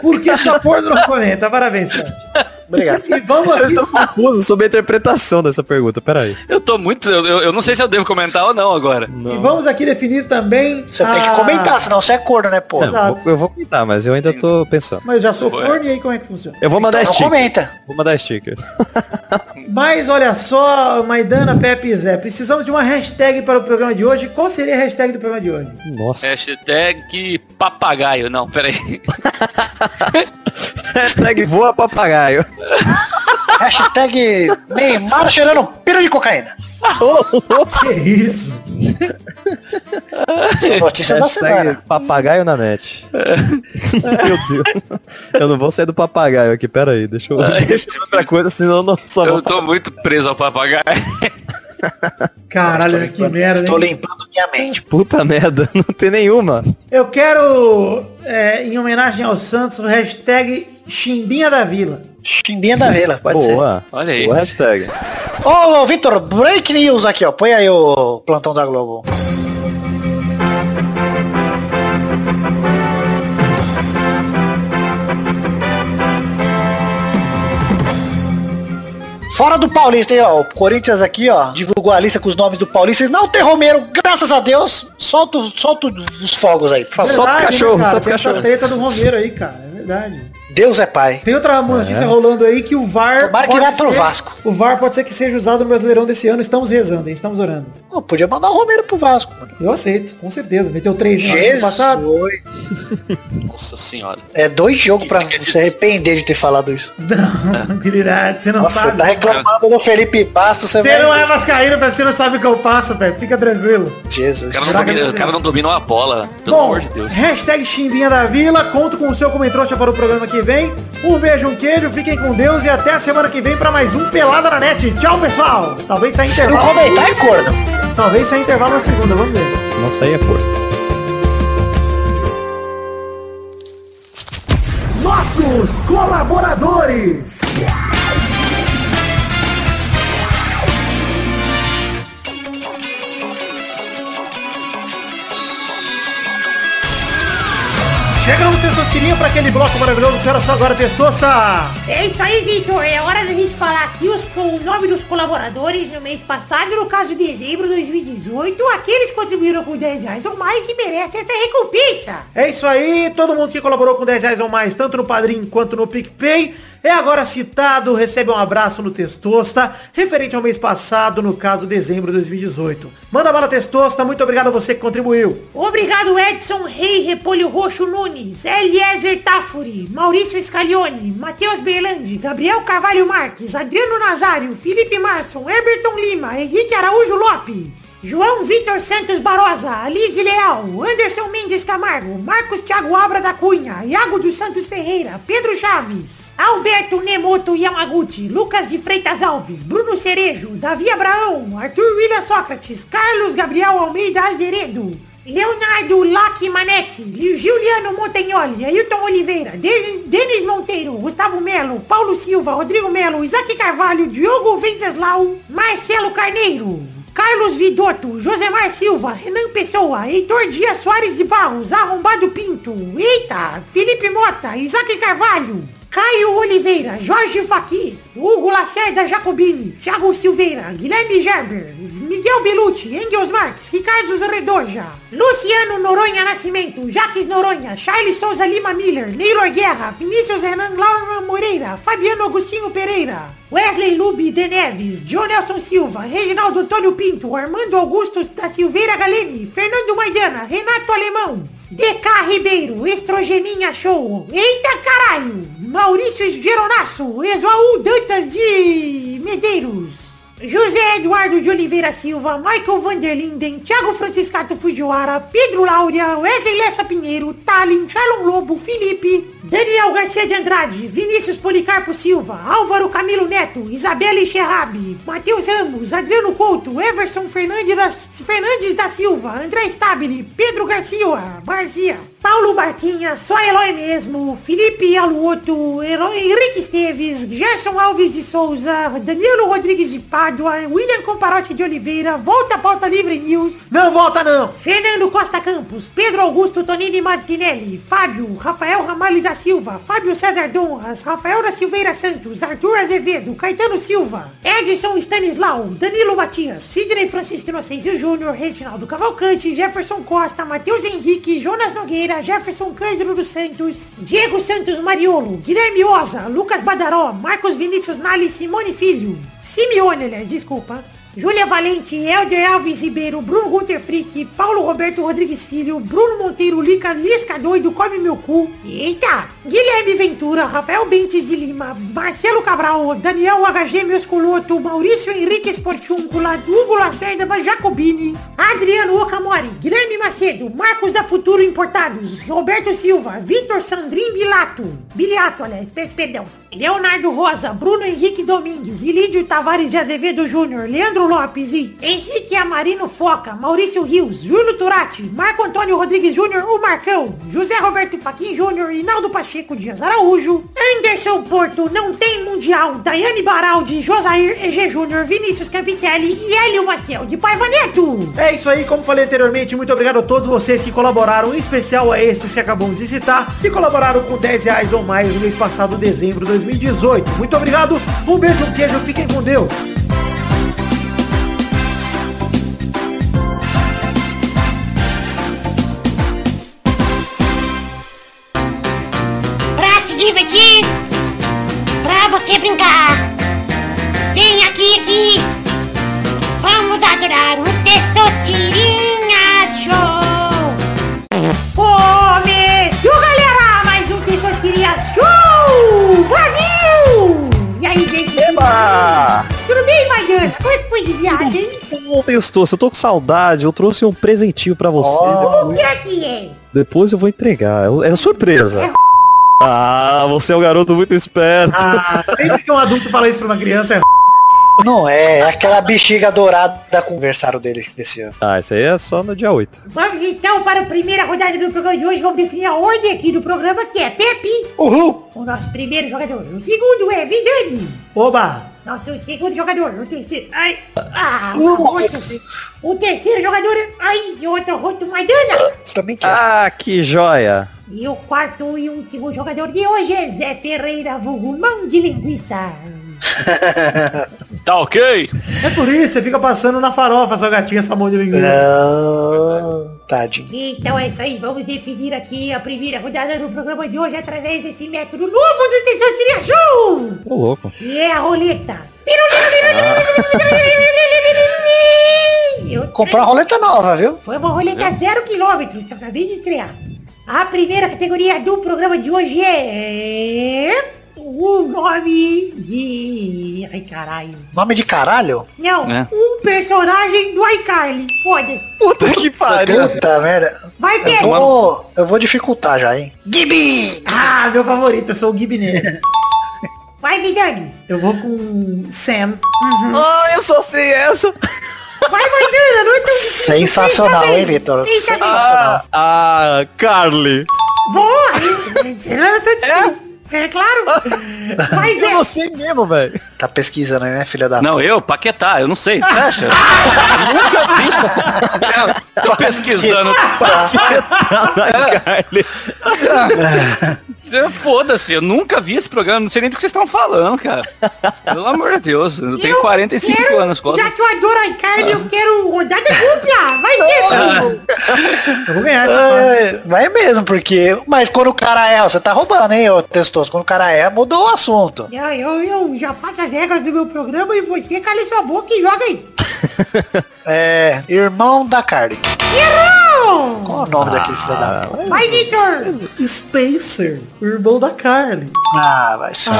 Por que essa porra não comenta? Parabéns, Sérgio.
Obrigado.
E vamos
Eles
aqui.
estão confusos sobre a interpretação dessa pergunta, peraí.
Eu tô muito. Eu, eu- eu não sei se eu devo comentar ou não agora.
E vamos aqui definir também.
Você tem que
a-
comentar, senão você é corno, né, pô?
Exato.
Eu vou- Eu vou comentar, mas eu ainda tô pensando.
Mas já sou
Ué.
corno e aí como é que funciona?
Eu vou mandar
Então
Não
stickers.
comenta.
Vou mandar stickers.
Mas olha só, Maidana, Pepe e Zé, precisamos de uma hashtag para o programa de hoje. Qual seria a hashtag do programa de hoje?
É.
Nossa.
Hashtag papagaio. Não, peraí.
Tá
Hashtag voa papagaio.
Hashtag Neymar cheirando piro de cocaína.
Que
é
isso?
Notícias da semana.
Hashtag papagaio na net. Meu Deus. Eu não vou sair do papagaio aqui, peraí. Deixa eu deixa eu ver É. outra coisa, senão eu não só vou
Eu
tá
tô muito preso ao papagaio.
Caralho, que merda.
Estou
hein?
limpando minha mente.
Puta merda, não tem nenhuma.
Eu quero, é, em homenagem ao Santos, o hashtag Chimbinha da Vila.
Chimbinha da vela, pode ser.
Boa.
Olha aí.
Boa hashtag.
Ô, Vitor, break news aqui, ó. Põe aí o plantão da Globo. Fora do Paulista, hein, ó. O Corinthians aqui, ó, divulgou a lista com os nomes do Paulista. Eles não tem Romero, graças a Deus. Solta, os- solta os fogos aí, por favor.
Solta os
É Verdade, né,
cachorros,
cara?
solta os
Tem
cachorros.
Essa treta do Romero aí, cara, é verdade.
Deus é pai.
Tem outra notícia rolando aí que o VAR.
Tomara que
pode
vá pro
ser-
Vasco.
O VAR pode ser que seja usado no Brasileirão desse ano. Estamos rezando, hein? Estamos orando.
Pô, podia mandar o Romero pro Vasco, mano.
Eu aceito, com certeza. Meteu três no ano
Jesus.
passado.
Nossa senhora.
É dois jogos pra se arrepender de ter falado isso.
Não, Guilherme, você não
Nossa,
sabe.
tá reclamando do Felipe Bastos, você,
Você
vai...
não é vascaíno, Pepe, você não sabe o que eu passo, Pepe. Fica tranquilo.
Jesus.
O cara não
Será que
domina,
eu-
o cara não domina uma bola. Pelo
Bom,
amor de Deus.
hashtag Chimbinha da Vila. Conto com o seu comentrouxa para o programa que vem. Um beijo, um queijo. Fiquem com Deus e até a semana que vem para mais um Pelada na Net. Tchau, pessoal. Talvez saia
Se não
intervalo.
comentar, é corno.
Talvez saia intervalo na segunda. Vamos ver.
Nossa, aí é força.
Nossos colaboradores. Chegamos, Testosterinha, para aquele bloco maravilhoso que era só agora, Testosta.
É isso aí, Vitor. É hora da gente falar aqui os, o nome dos colaboradores no mês passado, no caso de dezembro de 2018. Aqueles que contribuíram com 10 reais ou mais e merecem essa recompensa.
É isso aí, todo mundo que colaborou com 10 reais ou mais, tanto no Padrim quanto no PicPay, é agora citado, recebe um abraço no Testosta, referente ao mês passado, no caso, dezembro de 2018. Manda bala, Testosta, muito obrigado a você que contribuiu.
Obrigado, Edson Rei Repolho Roxo Nunes, Eliezer Tafuri, Maurício Scaglione, Matheus Berlandi, Gabriel Cavalho Marques, Adriano Nazário, Felipe Marson, Herberton Lima, Henrique Araújo Lopes. João Vitor Santos Barosa, Alice Leal, Anderson Mendes Camargo, Marcos Thiago Abra da Cunha, Iago dos Santos Ferreira, Pedro Chaves, Alberto Nemoto Yamaguchi, Lucas de Freitas Alves, Bruno Cerejo, Davi Abraão, Arthur William Sócrates, Carlos Gabriel Almeida Azeredo, Leonardo Locke Manetti, Juliano Montagnoli, Ailton Oliveira, De- Denis Monteiro, Gustavo Melo, Paulo Silva, Rodrigo Melo, Isaac Carvalho, Diogo Venceslau, Marcelo Carneiro, Carlos Vidotto, Josemar Silva, Renan Pessoa, Heitor Dias Soares de Barros, Arrombado Pinto, Eita, Felipe Mota, Isaac Carvalho, Caio Oliveira, Jorge Faqui, Hugo Lacerda Jacobini, Thiago Silveira, Guilherme Gerber, Miguel Belucci, Engels Marques, Ricardo Redoja, Luciano Noronha Nascimento, Jaques Noronha, Charles Souza Lima Miller, Neylor Guerra, Vinícius Renan Laura Moreira, Fabiano Agostinho Pereira, Wesley Lube de Neves, John Nelson Silva, Reginaldo Antônio Pinto, Armando Augusto da Silveira Galeni, Fernando Maidana, Renato Alemão, DK Ribeiro, Estrogeninha Show, Eita Caralho, Maurício Geronasso, Exoaú Dantas de Medeiros, José Eduardo de Oliveira Silva, Michael Vanderlinden, Thiago Franciscato Fujiwara, Pedro Laura, Wesley Lessa Pinheiro, Talin, Charlon Lobo, Felipe, Daniel Garcia de Andrade, Vinícius Policarpo Silva, Álvaro Camilo Neto, Isabelle Xerrabi, Matheus Ramos, Adriano Couto, Everson Fernandes da, Fernandes da Silva, André Stabile, Pedro Garcia, Marzia, Paulo Barquinha, só Eloy mesmo, Felipe Aluoto, Eloy, Henrique Esteves, Gerson Alves de Souza, Danilo Rodrigues de Pádua, é, William Comparote de Oliveira, Volta à Pauta Livre News,
Não volta não!
Fernando Costa Campos, Pedro Augusto Tonini Martinelli, Fábio, Rafael Ramalho da Silva, Fábio César Donras, Rafael da Silveira Santos, Arthur Azevedo, Caetano Silva, Edson Stanislau, Danilo Matias, Sidney Francisco Inocêncio Júnior, Reginaldo Cavalcante, Jefferson Costa, Matheus Henrique, Jonas Nogueira, Jefferson Cândido dos Santos, Diego Santos Mariolo, Guilherme Oza, Lucas Badaró, Marcos Vinícius Nali, Simone Filho, Simeone, aliás, desculpa, Júlia Valente, Helder Alves Ribeiro, Bruno Gunter Frick, Paulo Roberto Rodrigues Filho, Bruno Monteiro Lica, Lisca Doido, Come Meu Cu, eita! Guilherme Ventura, Rafael Bentes de Lima, Marcelo Cabral, Daniel HG Mioscoloto, Maurício Henrique Esportúncula, Hugo Lacerda Jacobini, Adriano Okamori, Guilherme Macedo, Marcos da Futuro Importados, Roberto Silva, Vitor Sandrin Bilato, Biliato, aliás, peço perdão. Leonardo Rosa, Bruno Henrique Domingues, Ilídio Tavares de Azevedo Júnior, Leandro Lopes e Henrique Amarino Foca, Maurício Rios, Júlio Turati, Marco Antônio Rodrigues Júnior, o Marcão, José Roberto Faquin Júnior, Inaldo Pacheco Dias Araújo, Anderson Porto, Não Tem Mundial, Daiane Baraldi, Josair EG Júnior, Vinícius Campitelli e Hélio Maciel de Paiva Neto.
É isso aí, como falei anteriormente, muito obrigado a todos vocês que colaboraram, em especial a este que acabamos de citar, que colaboraram com 10 reais ou mais no mês passado, dezembro de 2018. Muito obrigado, um beijo, um queijo, fiquem com Deus.
Pra se divertir, pra você brincar. Vem aqui, aqui. Vamos adorar o Testosterinha Show.
Começou, galera, mais um Testosterinha Show Brasil! E aí, gente?
Eba!
Tudo bem, Maidana? Como é que foi de viagem?
Ô, Testoso, eu tô com saudade, eu trouxe um presentinho pra você.
O que é que é?
Depois eu vou entregar. É é surpresa. Ah, você é um garoto muito esperto.
Ah, sempre que um adulto fala isso pra uma criança é
Não é, é aquela bexiga dourada da conversaram dele desse ano.
Ah, isso aí é só no dia 8.
Vamos então para a primeira rodada do programa de hoje. Vamos definir a ordem aqui do programa, que é Pepe,
Uhul!
o nosso primeiro jogador. O segundo é Vidani.
Oba!
Nosso segundo jogador. O terceiro... Ai, ah, outro. O terceiro jogador... Ai, e outro roto Maidana.
Você também é. quer.
Ah, que joia.
E o quarto e último jogador de hoje é Zé Ferreira, vulgo mão de linguiça.
Tá ok?
É por isso, você fica passando na farofa, sua gatinha, sua mão de linguiça.
Não, Ah, tadinho.
Então é isso aí, vamos definir aqui a primeira rodada do programa de hoje através desse método novo do Sessão Seria Show!
Ô, louco.
E é a roleta. Eu-
Comprou uma roleta nova, viu?
Foi uma roleta zero quilômetros, que eu acabei de estrear. A primeira categoria do programa de hoje é... O nome de... Ai, caralho.
Nome de caralho?
Não,
É.
um personagem do iCarly. Foda-se.
Puta que pariu.
Puta merda.
Vai,
Eu
Pedro.
vou, eu vou dificultar já, hein? Gibi!
Ah, meu favorito, eu sou o Gibney.
Vai, Vidani.
Eu vou com Sam.
Ah, eu só sei essa.
Vai, Maidana, não é tão difícil.
Sensacional,
Pensa bem.
hein, Vitor?
Pensa bem.
Ah, ah, Carly.
Boa, hein? Não é tão difícil. É claro. Mas
Eu
é.
não sei mesmo, velho.
Tá pesquisando aí, né, filha da...
Não, eu? Paquetá, eu não sei. Você acha? Nunca vi. Não, Tô pesquisando.
Carly.
Você- Foda-se, eu nunca vi esse programa, não sei nem do que vocês estão falando, cara. Pelo amor de Deus, eu tenho
Eu
45
quero-
anos quase.
Já que eu adoro iCarly, eu quero rodada dupla. Vai, Pedro.
Eu vou ganhar essa fase.
É, vai mesmo, porque... Mas quando o cara é... ó, Você tá roubando, hein, ô Testoso? Quando o cara é, mudou o assunto.
Eu, eu, eu já faço as regras do meu programa e você cala sua boca e joga aí.
É... Irmão da Carly.
Errou!
Qual é o
Ah,
nome daquele filho da...
Vai, Vitor.
Spencer, o irmão da Carly.
Ah, vai ser.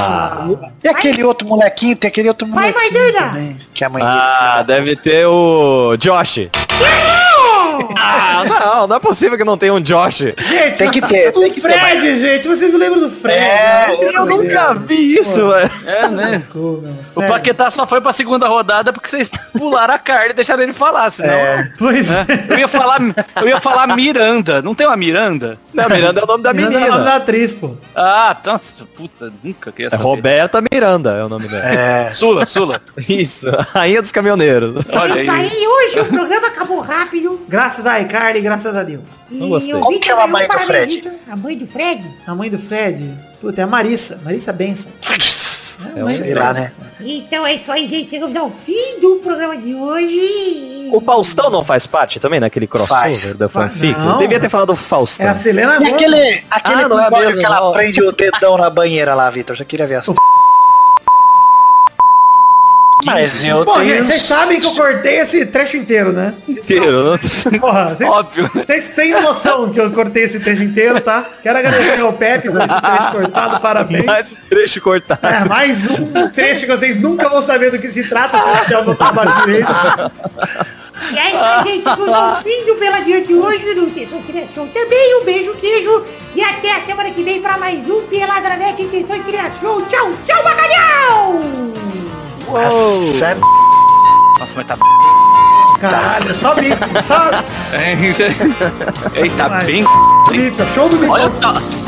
E aquele outro molequinho? Tem aquele outro
Vai,
molequinho Ah.
Maidana.
também, que é a mãe dele.
Ah, deve ter o Josh.
Errou!
Ah, não, não é possível que não tenha um Josh.
Gente,
tem que ter.
O Fred, gente, vocês lembram do Fred? Ah,
É,
Vocês
eu
lembram?
nunca vi isso,
Pô,
velho. É.
É, né? O
sério.
Paquetá só foi pra segunda rodada porque vocês pularam a carne e deixaram ele falar, senão...
É, pois
né? Eu ia falar, eu ia falar Miranda. Não tem uma Miranda?
Não, Miranda é o nome da
Miranda é o
menina.
nome da atriz, pô.
Ah, nossa, puta, nunca queria
É
saber.
Roberta Miranda é o nome dela.
É. Sula, Sula.
Isso, a rainha dos caminhoneiros.
Olha
É isso aí, hoje o programa acabou rápido.
Graças a iCarly, graças a Deus.
E
Não gostei.
eu vi
Como
que é a
também um
mãe do
parabéns,
Fred?
Vitor. A mãe do Fred?
A mãe do Fred, puta, é a Marissa. Marissa Benson.
um
É a mãe do
Sei
Fred.
lá, né?
Então é isso aí, gente. Chegamos ao fim do programa de hoje.
O Faustão não faz parte também naquele crossover
Faz.
da fanfic?
Não.
Eu devia ter falado
É
Faustão.
a Selena
E
Gomez.
aquele, aquele
Ah, não é
episódio
mesmo,
que ela
não.
prende o dedão na banheira lá, Vitor. Você queria ver a Mas eu
Bom, gente,
tenho...
vocês sabem que eu cortei esse trecho inteiro, né?
Inteiro, né?
Porra, vocês-
Óbvio.
Vocês têm noção que eu cortei esse trecho inteiro, tá? Quero agradecer ao Pepe por esse trecho cortado, parabéns.
Mais trecho cortado.
É, mais um trecho que vocês nunca vão saber do que se trata, porque é o meu trabalho direito.
E é isso aí, gente. Chegamos ao fim do Peladinha de hoje. Do Intenções Criação também. Um beijo, queijo. E até a semana que vem para mais um Peladranet Intenções Criação. Tchau, tchau, bacalhau!
Nossa,
Nossa, mas tá...
Caralho, é só bico, só
Eita,
É,
Vai.
bem...
bico, é show do bico.
Olha tá. o... ta-